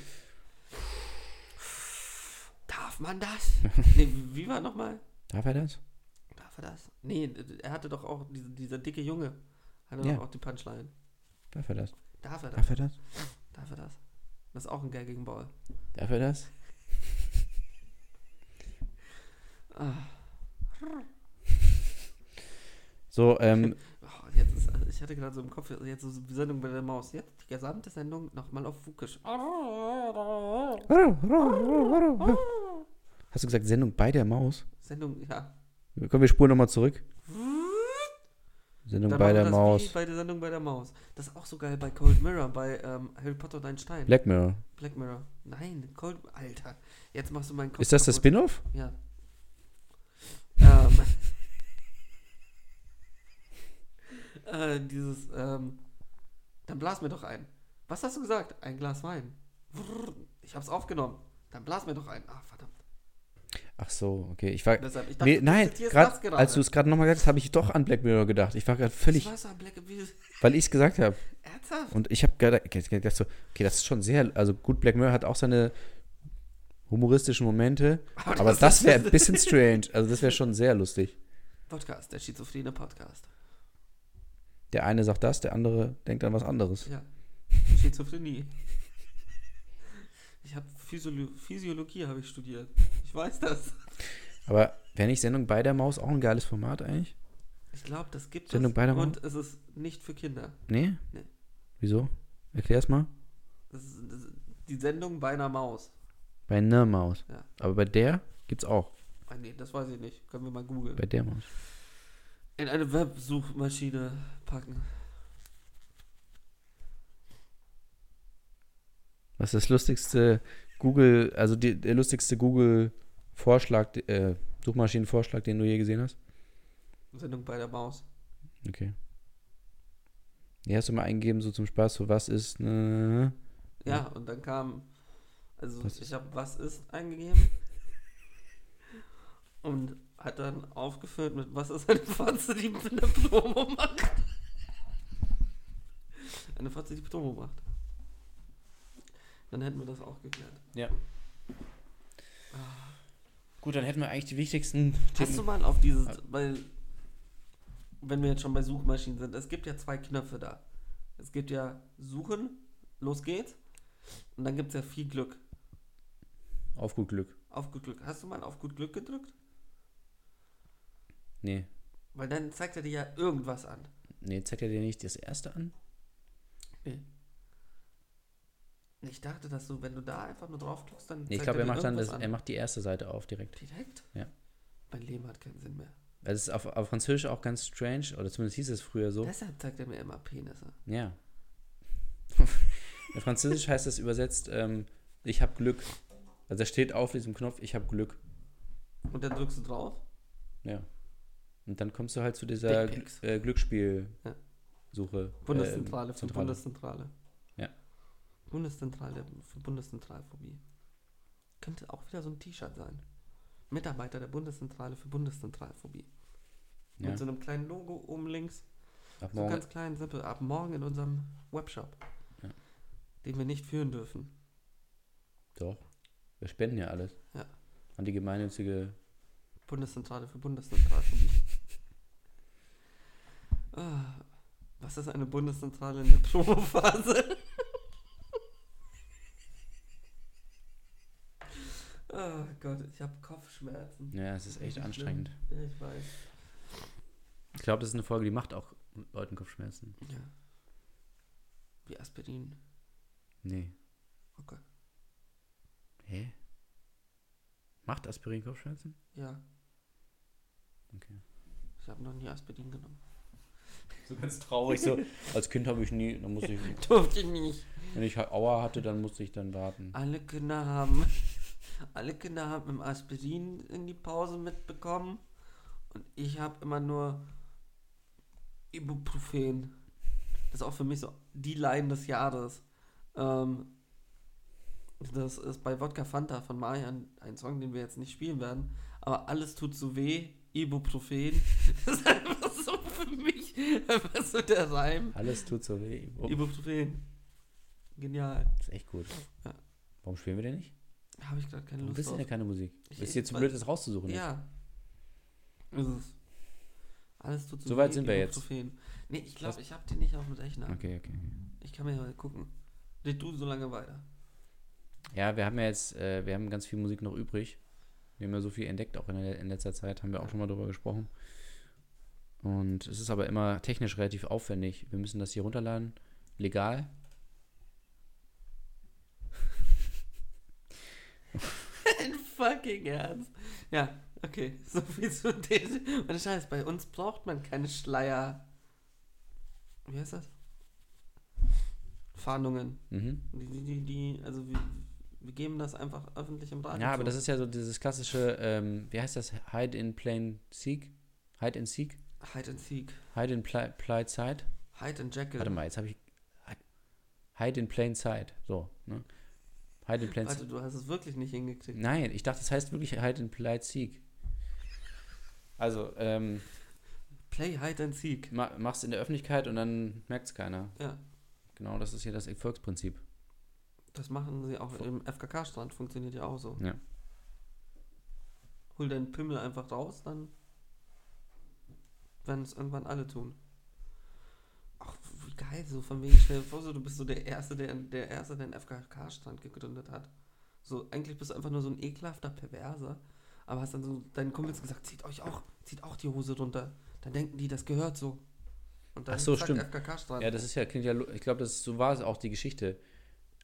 C: Darf man das? Nee, wie war nochmal?
D: Darf er das?
C: Darf er das? Nee, er hatte doch auch, diese, dieser dicke Junge, hatte
D: Ja.
C: doch auch die Punchline.
D: Darf er das?
C: Darf er das?
D: Darf er das?
C: Darf er das? Das ist auch ein geigigen Ball.
D: Darf er das?
C: Ah.
D: So, ähm,
C: Oh, jetzt ist, also ich hatte gerade so im Kopf, jetzt so die Sendung bei der Maus. Jetzt die gesamte Sendung nochmal auf Fukisch.
D: Hast du gesagt Sendung bei der Maus?
C: Sendung, ja.
D: Komm, wir spulen nochmal zurück. Sendung
C: Dann
D: bei
C: machen wir
D: der
C: das Wie
D: Maus.
C: bei der Sendung bei der Maus. Das ist auch so geil bei Cold Mirror, bei ähm, Harry Potter und ein Stein.
D: Black Mirror.
C: Black Mirror. Nein, Cold. Alter. Jetzt machst du meinen Kopf.
D: Ist das das
C: kaputt.
D: Spin-off?
C: Ja. ähm. äh, dieses. Ähm, dann blas mir doch ein. Was hast du gesagt? Ein Glas Wein. Brrr, Ich hab's aufgenommen. Dann blas mir doch ein. Ah, verdammt.
D: Ach so, okay. Ich war.
C: Deshalb, ich dachte,
D: Nee,
C: du
D: nein,
C: zitierst das
D: grad,
C: gerade.
D: als du es gerade nochmal gesagt hast, habe ich doch an Black Mirror gedacht. Ich war gerade
C: Ich
D: völlig,
C: weiß doch, Black wie,
D: weil ich es gesagt habe.
C: Ernsthaft?
D: Und ich habe gedacht, so, okay, das ist schon sehr. Also gut, Black Mirror hat auch seine humoristischen Momente.
C: Aber
D: Aber
C: das-
D: das wäre ein bisschen strange. Also das wäre schon sehr lustig.
C: Podcast, der schizophrene Podcast.
D: Der eine sagt das, der andere denkt an was anderes.
C: Ja. Schizophrenie. Ich habe Physiolo Physiologie habe ich studiert. Ich weiß das.
D: Aber wäre nicht Sendung bei der Maus auch ein geiles Format eigentlich?
C: Ich glaube, das gibt
D: Sendung
C: es.
D: bei der Maus?
C: und es ist nicht für Kinder.
D: Nee?
C: Nee.
D: Wieso? Erklär's mal.
C: Das ist, das ist die Sendung bei einer Maus.
D: Bei einer Maus.
C: Ja.
D: Aber bei der gibt's auch.
C: Ah, nee, das weiß ich nicht. Können wir mal googeln.
D: Bei der Maus.
C: In eine Websuchmaschine packen.
D: Was ist das lustigste Google, also die, der lustigste Google-Vorschlag, äh, Suchmaschinenvorschlag, den du je gesehen hast?
C: Sendung bei der Maus.
D: Okay. Ja, hast du mal eingegeben, so zum Spaß, so was ist, ne?
C: Ja, und dann kam, also
D: Was
C: ich habe was ist eingegeben und hat dann aufgeführt mit was ist eine Fotze, die eine Promo macht. Eine Fotze, die Promo macht. Dann hätten wir das auch geklärt.
D: Ja. Gut, dann hätten wir eigentlich die wichtigsten
C: Hast du mal auf dieses,
D: Ah.
C: weil, wenn wir jetzt schon bei Suchmaschinen sind, es gibt ja zwei Knöpfe da. Es gibt ja Suchen, los geht's. Und dann gibt es ja viel Glück.
D: Auf gut Glück.
C: Auf gut Glück. Hast du mal auf gut Glück gedrückt?
D: Nee.
C: Weil dann zeigt er dir ja irgendwas an.
D: Nee, zeigt er dir nicht das erste an?
C: Nee. Ich dachte, dass du, wenn du da einfach nur draufklickst, dann.
D: Nee, ich
C: zeigt
D: glaube, er
C: dir
D: macht dann
C: irgendwas
D: das,
C: an.
D: er macht die erste Seite auf direkt.
C: Direkt?
D: Ja.
C: Mein Leben hat keinen Sinn mehr.
D: Also es ist auf, auf Französisch auch ganz strange, oder zumindest hieß es früher so.
C: Deshalb zeigt er mir immer Penisse.
D: Ja. In Französisch heißt das übersetzt, ähm, ich habe Glück. Also da steht auf diesem Knopf, ich habe Glück.
C: Und dann drückst du drauf.
D: Ja. Und dann kommst du halt zu dieser Gl
C: Dickpics.
D: äh, Glücksspielsuche. äh,
C: Ja.
D: Bundeszentrale
C: Bundeszentrale für Bundeszentrale.
D: Ähm, Ja.
C: Bundeszentrale für Bundeszentralphobie. Könnte auch wieder so ein T-Shirt sein. Mitarbeiter der Bundeszentrale für Bundeszentralphobie.
D: Ja.
C: Mit so einem kleinen Logo oben links.
D: Ab
C: So
D: morgen.
C: ganz klein, simpel. Ab morgen in unserem Webshop.
D: Ja.
C: Den wir nicht führen dürfen.
D: Doch. Wir spenden ja alles.
C: Ja.
D: An die gemeinnützige.
C: Bundeszentrale für Bundeszentralphobie. ah, was ist eine Bundeszentrale in der Promophase? oh Gott, ich habe Kopfschmerzen.
D: Ja, es ist echt
C: Das ist
D: anstrengend.
C: Ja, ich weiß.
D: Ich glaube, das ist eine Folge, die macht auch Leuten Kopfschmerzen.
C: Ja. Wie Aspirin. Oh
D: Nee.
C: Okay.
D: Hä? Macht Aspirin Kopfschmerzen?
C: Ja.
D: Okay.
C: Ich habe noch nie Aspirin genommen.
D: So ganz traurig. So. Als Kind habe ich nie, da muss ich,
C: Durfte ich nicht.
D: wenn ich Aua hatte, dann musste ich dann warten.
C: Alle Kinder haben, alle Kinder haben im Aspirin in die Pause mitbekommen und ich habe immer nur Ibuprofen. Das ist auch für mich so die Line des Jahres. Ähm, das ist bei Wodka Fanta von Marian ein Song, den wir jetzt nicht spielen werden, aber alles tut so weh, Ibuprofen. Das ist einfach so für mich einfach so der Reim.
D: Alles tut so weh. Oh,
C: Ibuprofen. Genial.
D: ist echt gut.
C: Ja.
D: Warum spielen wir den nicht?
C: Habe ich gerade keine
D: Warum
C: Lust
D: bist du
C: drauf.
D: denn keine Musik?
C: Ich-
D: Ist dir zu
C: weil-
D: blöd, das rauszusuchen? jetzt?
C: Ja. Ist es. Alles tut so
D: Soweit
C: weh,
D: sind wir jetzt.
C: Ibuprofen. Nee, ich glaube, ich habe den nicht auf dem Rechner.
D: Okay, okay.
C: Ich kann mir ja mal gucken. Red du so lange weiter.
D: Ja, wir haben ja jetzt, äh, wir haben ganz viel Musik noch übrig. Wir haben ja so viel entdeckt, auch in, der, in letzter Zeit, haben wir auch schon mal drüber gesprochen. Und es ist aber immer technisch relativ aufwendig. Wir müssen das hier runterladen. Legal.
C: Ein fucking Ernst. Ja, okay. So viel zu den. Und Scheiß, bei uns braucht man keine Schleier. Wie heißt das? Fahndungen.
D: Mhm.
C: Die, die, die, die, also wir, wir geben das einfach öffentlich im Radio.
D: Ja, aber
C: zu.
D: das ist ja so dieses klassische, ähm, wie heißt das? Hide in plain seek? Hide in seek?
C: Hide and Seek.
D: Hide in pli plain sight?
C: Hide and Jackal.
D: Warte mal, jetzt habe ich. Hide in plain sight. So, ne? Hide in plain
C: Warte,
D: sight.
C: du hast es wirklich nicht hingekriegt.
D: Nein, ich dachte, das heißt wirklich Hide in plain seek. Also, ähm,
C: Play Hide and Seek.
D: ma mach's in der Öffentlichkeit und dann merkt's keiner.
C: Ja,
D: Genau, das ist hier das Erfolgsprinzip.
C: das machen sie auch im FKK-Strand, funktioniert ja auch so.
D: Ja.
C: Hol deinen Pimmel einfach raus, dann werden es irgendwann alle tun. Ach, wie geil, so von wegen schnell vor, so, du bist so der Erste, der, der Erste, der einen FKK-Strand gegründet hat. So, eigentlich bist du einfach nur so ein ekelhafter Perverser, aber hast dann so deinen Kumpels gesagt, zieht euch auch, zieht auch die Hose runter. Dann denken die, das gehört so. Und
D: Ach so,
C: zack,
D: stimmt.
C: FKK-Strand.
D: Ja, das ist ja, klingt ja, lo- ich glaube, das ist, so war es auch die Geschichte.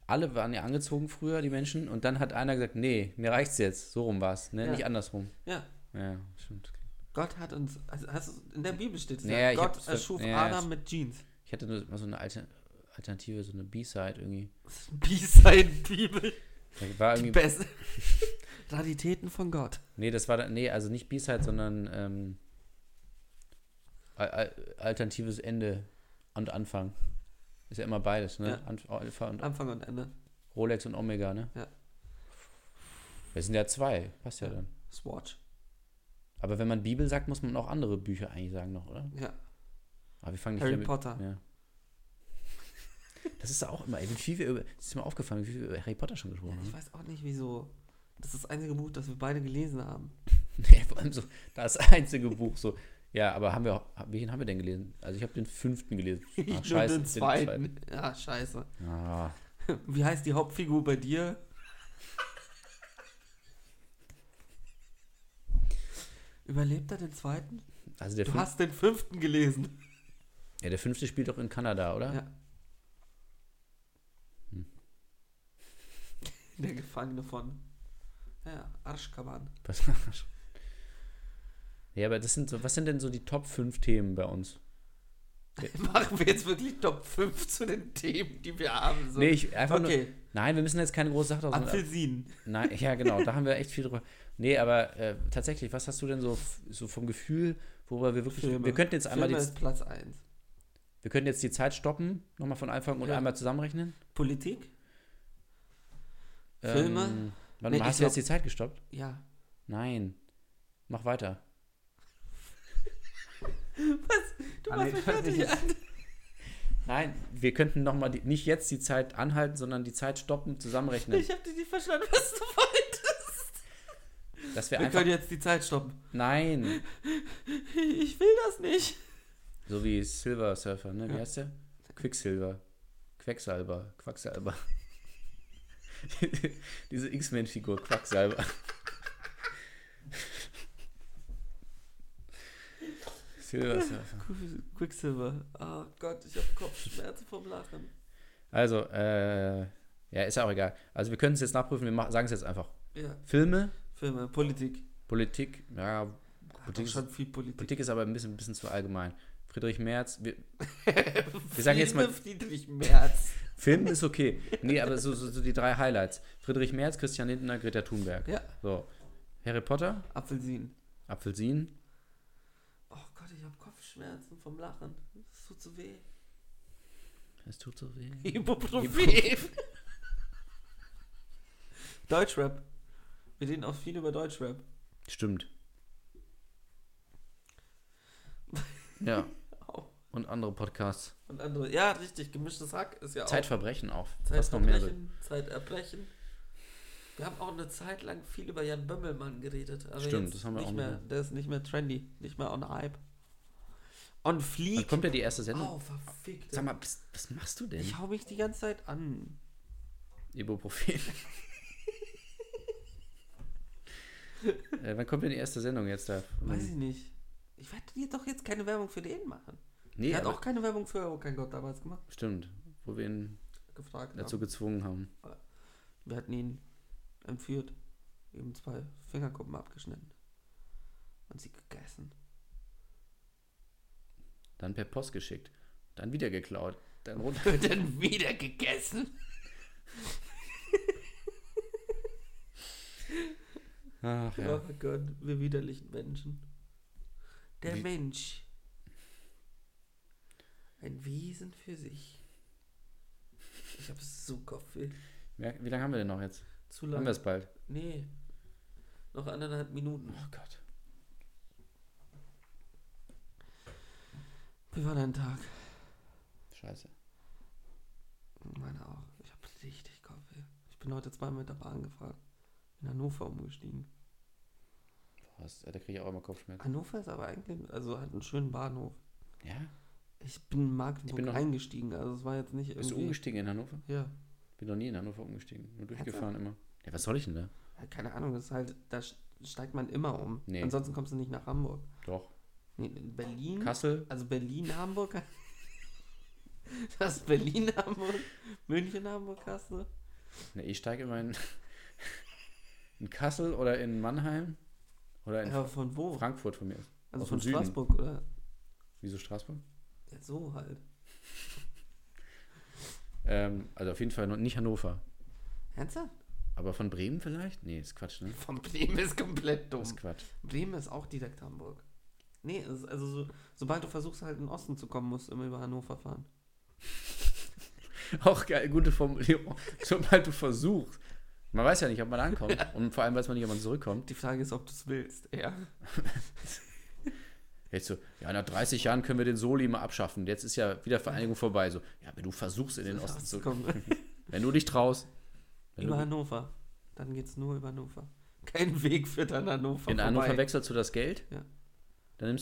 D: Alle waren ja angezogen früher, die Menschen, und dann hat einer gesagt, nee, mir reicht's jetzt. So rum war's, ne?
C: Ja.
D: Nicht andersrum.
C: ja.
D: Ja, stimmt.
C: Gott hat uns, also hast du, in der Bibel steht es
D: Naja,
C: ja,
D: ich
C: Gott
D: hab's ver-
C: erschuf
D: naja,
C: Adam
D: ich-
C: mit Jeans.
D: Ich hatte nur mal so eine Alter Alternative, so eine B-Side irgendwie.
C: Das ist B-Side-Bibel.
D: Da War
C: Die
D: irgendwie
C: beste. Raritäten von Gott.
D: nee, das war, da- nee, also nicht B-Side, sondern ähm, al- al- alternatives Ende und Anfang. Ist ja immer beides, ne?
C: Ja.
D: Anf- Alpha und
C: Anfang und Ende.
D: Rolex und Omega, ne?
C: Ja.
D: Das sind ja zwei, passt ja,
C: Ja.
D: dann.
C: Swatch.
D: Aber wenn man Bibel sagt, muss man auch andere Bücher eigentlich sagen noch, oder?
C: Ja.
D: Aber wir fangen nicht
C: Harry
D: damit-
C: Potter.
D: Ja. Das ist auch immer, ey, wie viel wir über, das ist mir aufgefallen, wie viel wir über Harry Potter schon gesprochen
C: Ich
D: haben.
C: weiß auch nicht wieso. Das ist das einzige Buch, das wir beide gelesen haben.
D: Nee, vor allem so, das einzige Buch so, ja, aber haben wir, auch- welchen haben wir denn gelesen? Also ich habe den fünften gelesen. Ah,
C: Nur
D: scheiße,
C: den zweiten. Ja, scheiße.
D: zweiten. Ah,
C: Wie heißt die Hauptfigur bei dir? Überlebt er den zweiten?
D: also der,
C: Du
D: fünf,
C: hast den fünften gelesen.
D: ja, der fünfte spielt doch in Kanada, oder?
C: Ja. Der Gefangene von. Ja, Arschkaban.
D: Was ja, aber das sind so, was sind denn so die Top 5 Themen bei uns?
C: Machen wir jetzt wirklich Top 5 zu den Themen, die wir haben. So.
D: Nee, ich einfach nur.
C: okay,
D: Nein, wir müssen jetzt keine große Sache draus machen.
C: Apfelsinen.
D: Nein, ja, genau, da haben wir echt viel drüber. Nee, aber äh, tatsächlich, was hast du denn so, f- so vom Gefühl, worüber wir wirklich. Wir könnten jetzt einmal die,
C: Filme ist Platz 1.
D: wir könnten jetzt die Zeit stoppen, nochmal von Anfang und
C: Ja.
D: einmal zusammenrechnen.
C: Politik? Filme?
D: Ähm,
C: Nee,
D: warte mal,
C: ich
D: hast du
C: glaub-
D: jetzt die Zeit gestoppt?
C: Ja.
D: Nein. Mach weiter.
C: Du
D: Ah, nee,
C: machst mich
D: das ist
C: fertig.
D: Nein, wir könnten nochmal nicht jetzt die Zeit anhalten, sondern die Zeit stoppen, zusammenrechnen.
C: Ich hab dich nicht verstanden, was du wolltest.
D: Dass wir
C: Wir
D: einfach.
C: können jetzt die Zeit stoppen.
D: Nein.
C: Ich will das nicht.
D: So wie Silver Surfer, ne? Wie heißt der? Quicksilver. Quecksalber. Quacksalber. Diese X-Men-Figur, Quacksalber. Silver Surfer.
C: Quicksilver. Oh Gott, ich hab Kopfschmerzen vom Lachen.
D: Also, äh, ja, ist ja auch egal. Also, wir können es jetzt nachprüfen, wir sagen es jetzt einfach.
C: Ja,
D: Filme,
C: Filme, Politik.
D: Politik, ja,
C: Politik schon viel Politik.
D: Politik ist aber ein bisschen, ein bisschen zu allgemein. Friedrich Merz, wir, wir sagen jetzt mal,
C: Filme Friedrich Merz.
D: Film ist okay. Nee, aber so, so, so die drei Highlights. Friedrich Merz, Christian Lindner, Greta Thunberg.
C: Ja.
D: So. Harry Potter,
C: Apfelsinen.
D: Apfelsinen.
C: Oh Gott, ich habe Kopfschmerzen vom Lachen. Es tut so weh.
D: Es tut so weh.
C: Ibuprofen. Deutschrap. Wir reden auch viel über Deutschrap.
D: Stimmt. Ja.
C: Au.
D: Und andere Podcasts.
C: Und andere. Ja, richtig. Gemischtes Hack ist ja auch.
D: Zeitverbrechen auch. Was noch mehr so.
C: Zeitverbrechen, Zeiterbrechen. Wir haben auch eine Zeit lang viel über Jan Bömmelmann geredet. Aber
D: Stimmt,
C: jetzt
D: das haben wir
C: nicht
D: auch
C: mehr.
D: noch.
C: Der ist nicht mehr trendy, nicht mehr on hype. On
D: Dann
C: fleek.
D: kommt ja die erste
C: Oh,
D: Sendung.
C: verfickt.
D: Sag mal, was, was machst du denn?
C: ich hau mich die ganze Zeit an.
D: Ibuprofen. äh, wann kommt denn die erste Sendung jetzt da?
C: Weiß ich nicht. Ich werde dir doch jetzt keine Werbung für den machen.
D: nee,
C: er hat
D: Eh, aber-
C: auch keine Werbung für Oh kein Gott damals gemacht.
D: Stimmt, wo wir ihn
C: Gefragt.
D: dazu
C: haben.
D: gezwungen haben.
C: Wir hatten ihn entführt. Eben zwei Fingerkuppen abgeschnitten. Und sie gegessen.
D: Dann per Post geschickt. Dann wieder geklaut. Dann runter.
C: Und dann wieder gegessen.
D: Ach
C: Oh
D: ja.
C: mein Gott, wir widerlichen Menschen. Der
D: Wie-
C: Mensch. Ein Wesen für sich. Ich hab so Kopfweh.
D: Merk- Wie lange haben wir denn noch jetzt?
C: Zu
D: Haben
C: lange.
D: wir es bald?
C: Nee. Noch anderthalb Minuten.
D: Oh Gott.
C: Wie war dein Tag?
D: Scheiße.
C: Meine auch. Ich hab richtig Kopfweh. Ich bin heute zweimal mit der Bahn gefahren. In Hannover umgestiegen.
D: Was? äh, Da kriege ich auch immer Kopfschmerzen.
C: Hannover ist aber eigentlich, also hat einen schönen Bahnhof.
D: Ja?
C: Ich bin in Magdeburg
D: Ich bin noch-
C: eingestiegen, also es war jetzt nicht
D: Bist du
C: irgendwie...
D: umgestiegen in Hannover?
C: ja.
D: Bin noch nie in Hannover umgestiegen. Nur durchgefahren immer. Ja, was soll ich denn da?
C: Ja, Keine Ahnung, das ist halt, da sch- steigt man immer um.
D: Nee.
C: Ansonsten kommst du nicht nach Hamburg.
D: Doch.
C: Nee, in Berlin.
D: Kassel?
C: Also Berlin, Hamburg. Das ist Berlin, Hamburg. München, Hamburg hast du.
D: Ne, ich steige immer in, in Kassel oder in Mannheim oder in
C: Ja, von wo?
D: Frankfurt von mir. aus.
C: also
D: aus
C: von
D: dem Süden.
C: Straßburg, oder?
D: Wieso Straßburg?
C: Ja, so halt.
D: Ähm, also auf jeden Fall noch nicht Hannover.
C: Ernsthaft?
D: Aber von Bremen vielleicht? Nee, ist Quatsch, ne?
C: Von Bremen ist komplett dumm.
D: Das ist Quatsch.
C: Bremen ist auch direkt Hamburg. Nee, es ist also so, sobald du versuchst, halt in den Osten zu kommen, musst du immer über Hannover fahren.
D: Auch geil, gute Formulierung. Sobald du versuchst. Man weiß ja nicht, ob man ankommt. Und vor allem weiß man nicht, ob man zurückkommt.
C: Die Frage ist, ob du es willst. Ja.
D: Jetzt so, ja, nach 30 Jahren können wir den Soli mal abschaffen. Jetzt ist ja wieder Vereinigung vorbei. So, ja, wenn du versuchst, in den Osten zu kommen.
C: Kommen.
D: Wenn du dich traust. Wenn
C: über
D: du,
C: Hannover. Dann geht's nur über Hannover. Kein Weg führt an Hannover
D: in
C: vorbei.
D: Hannover wechselst du das Geld.
C: Ja.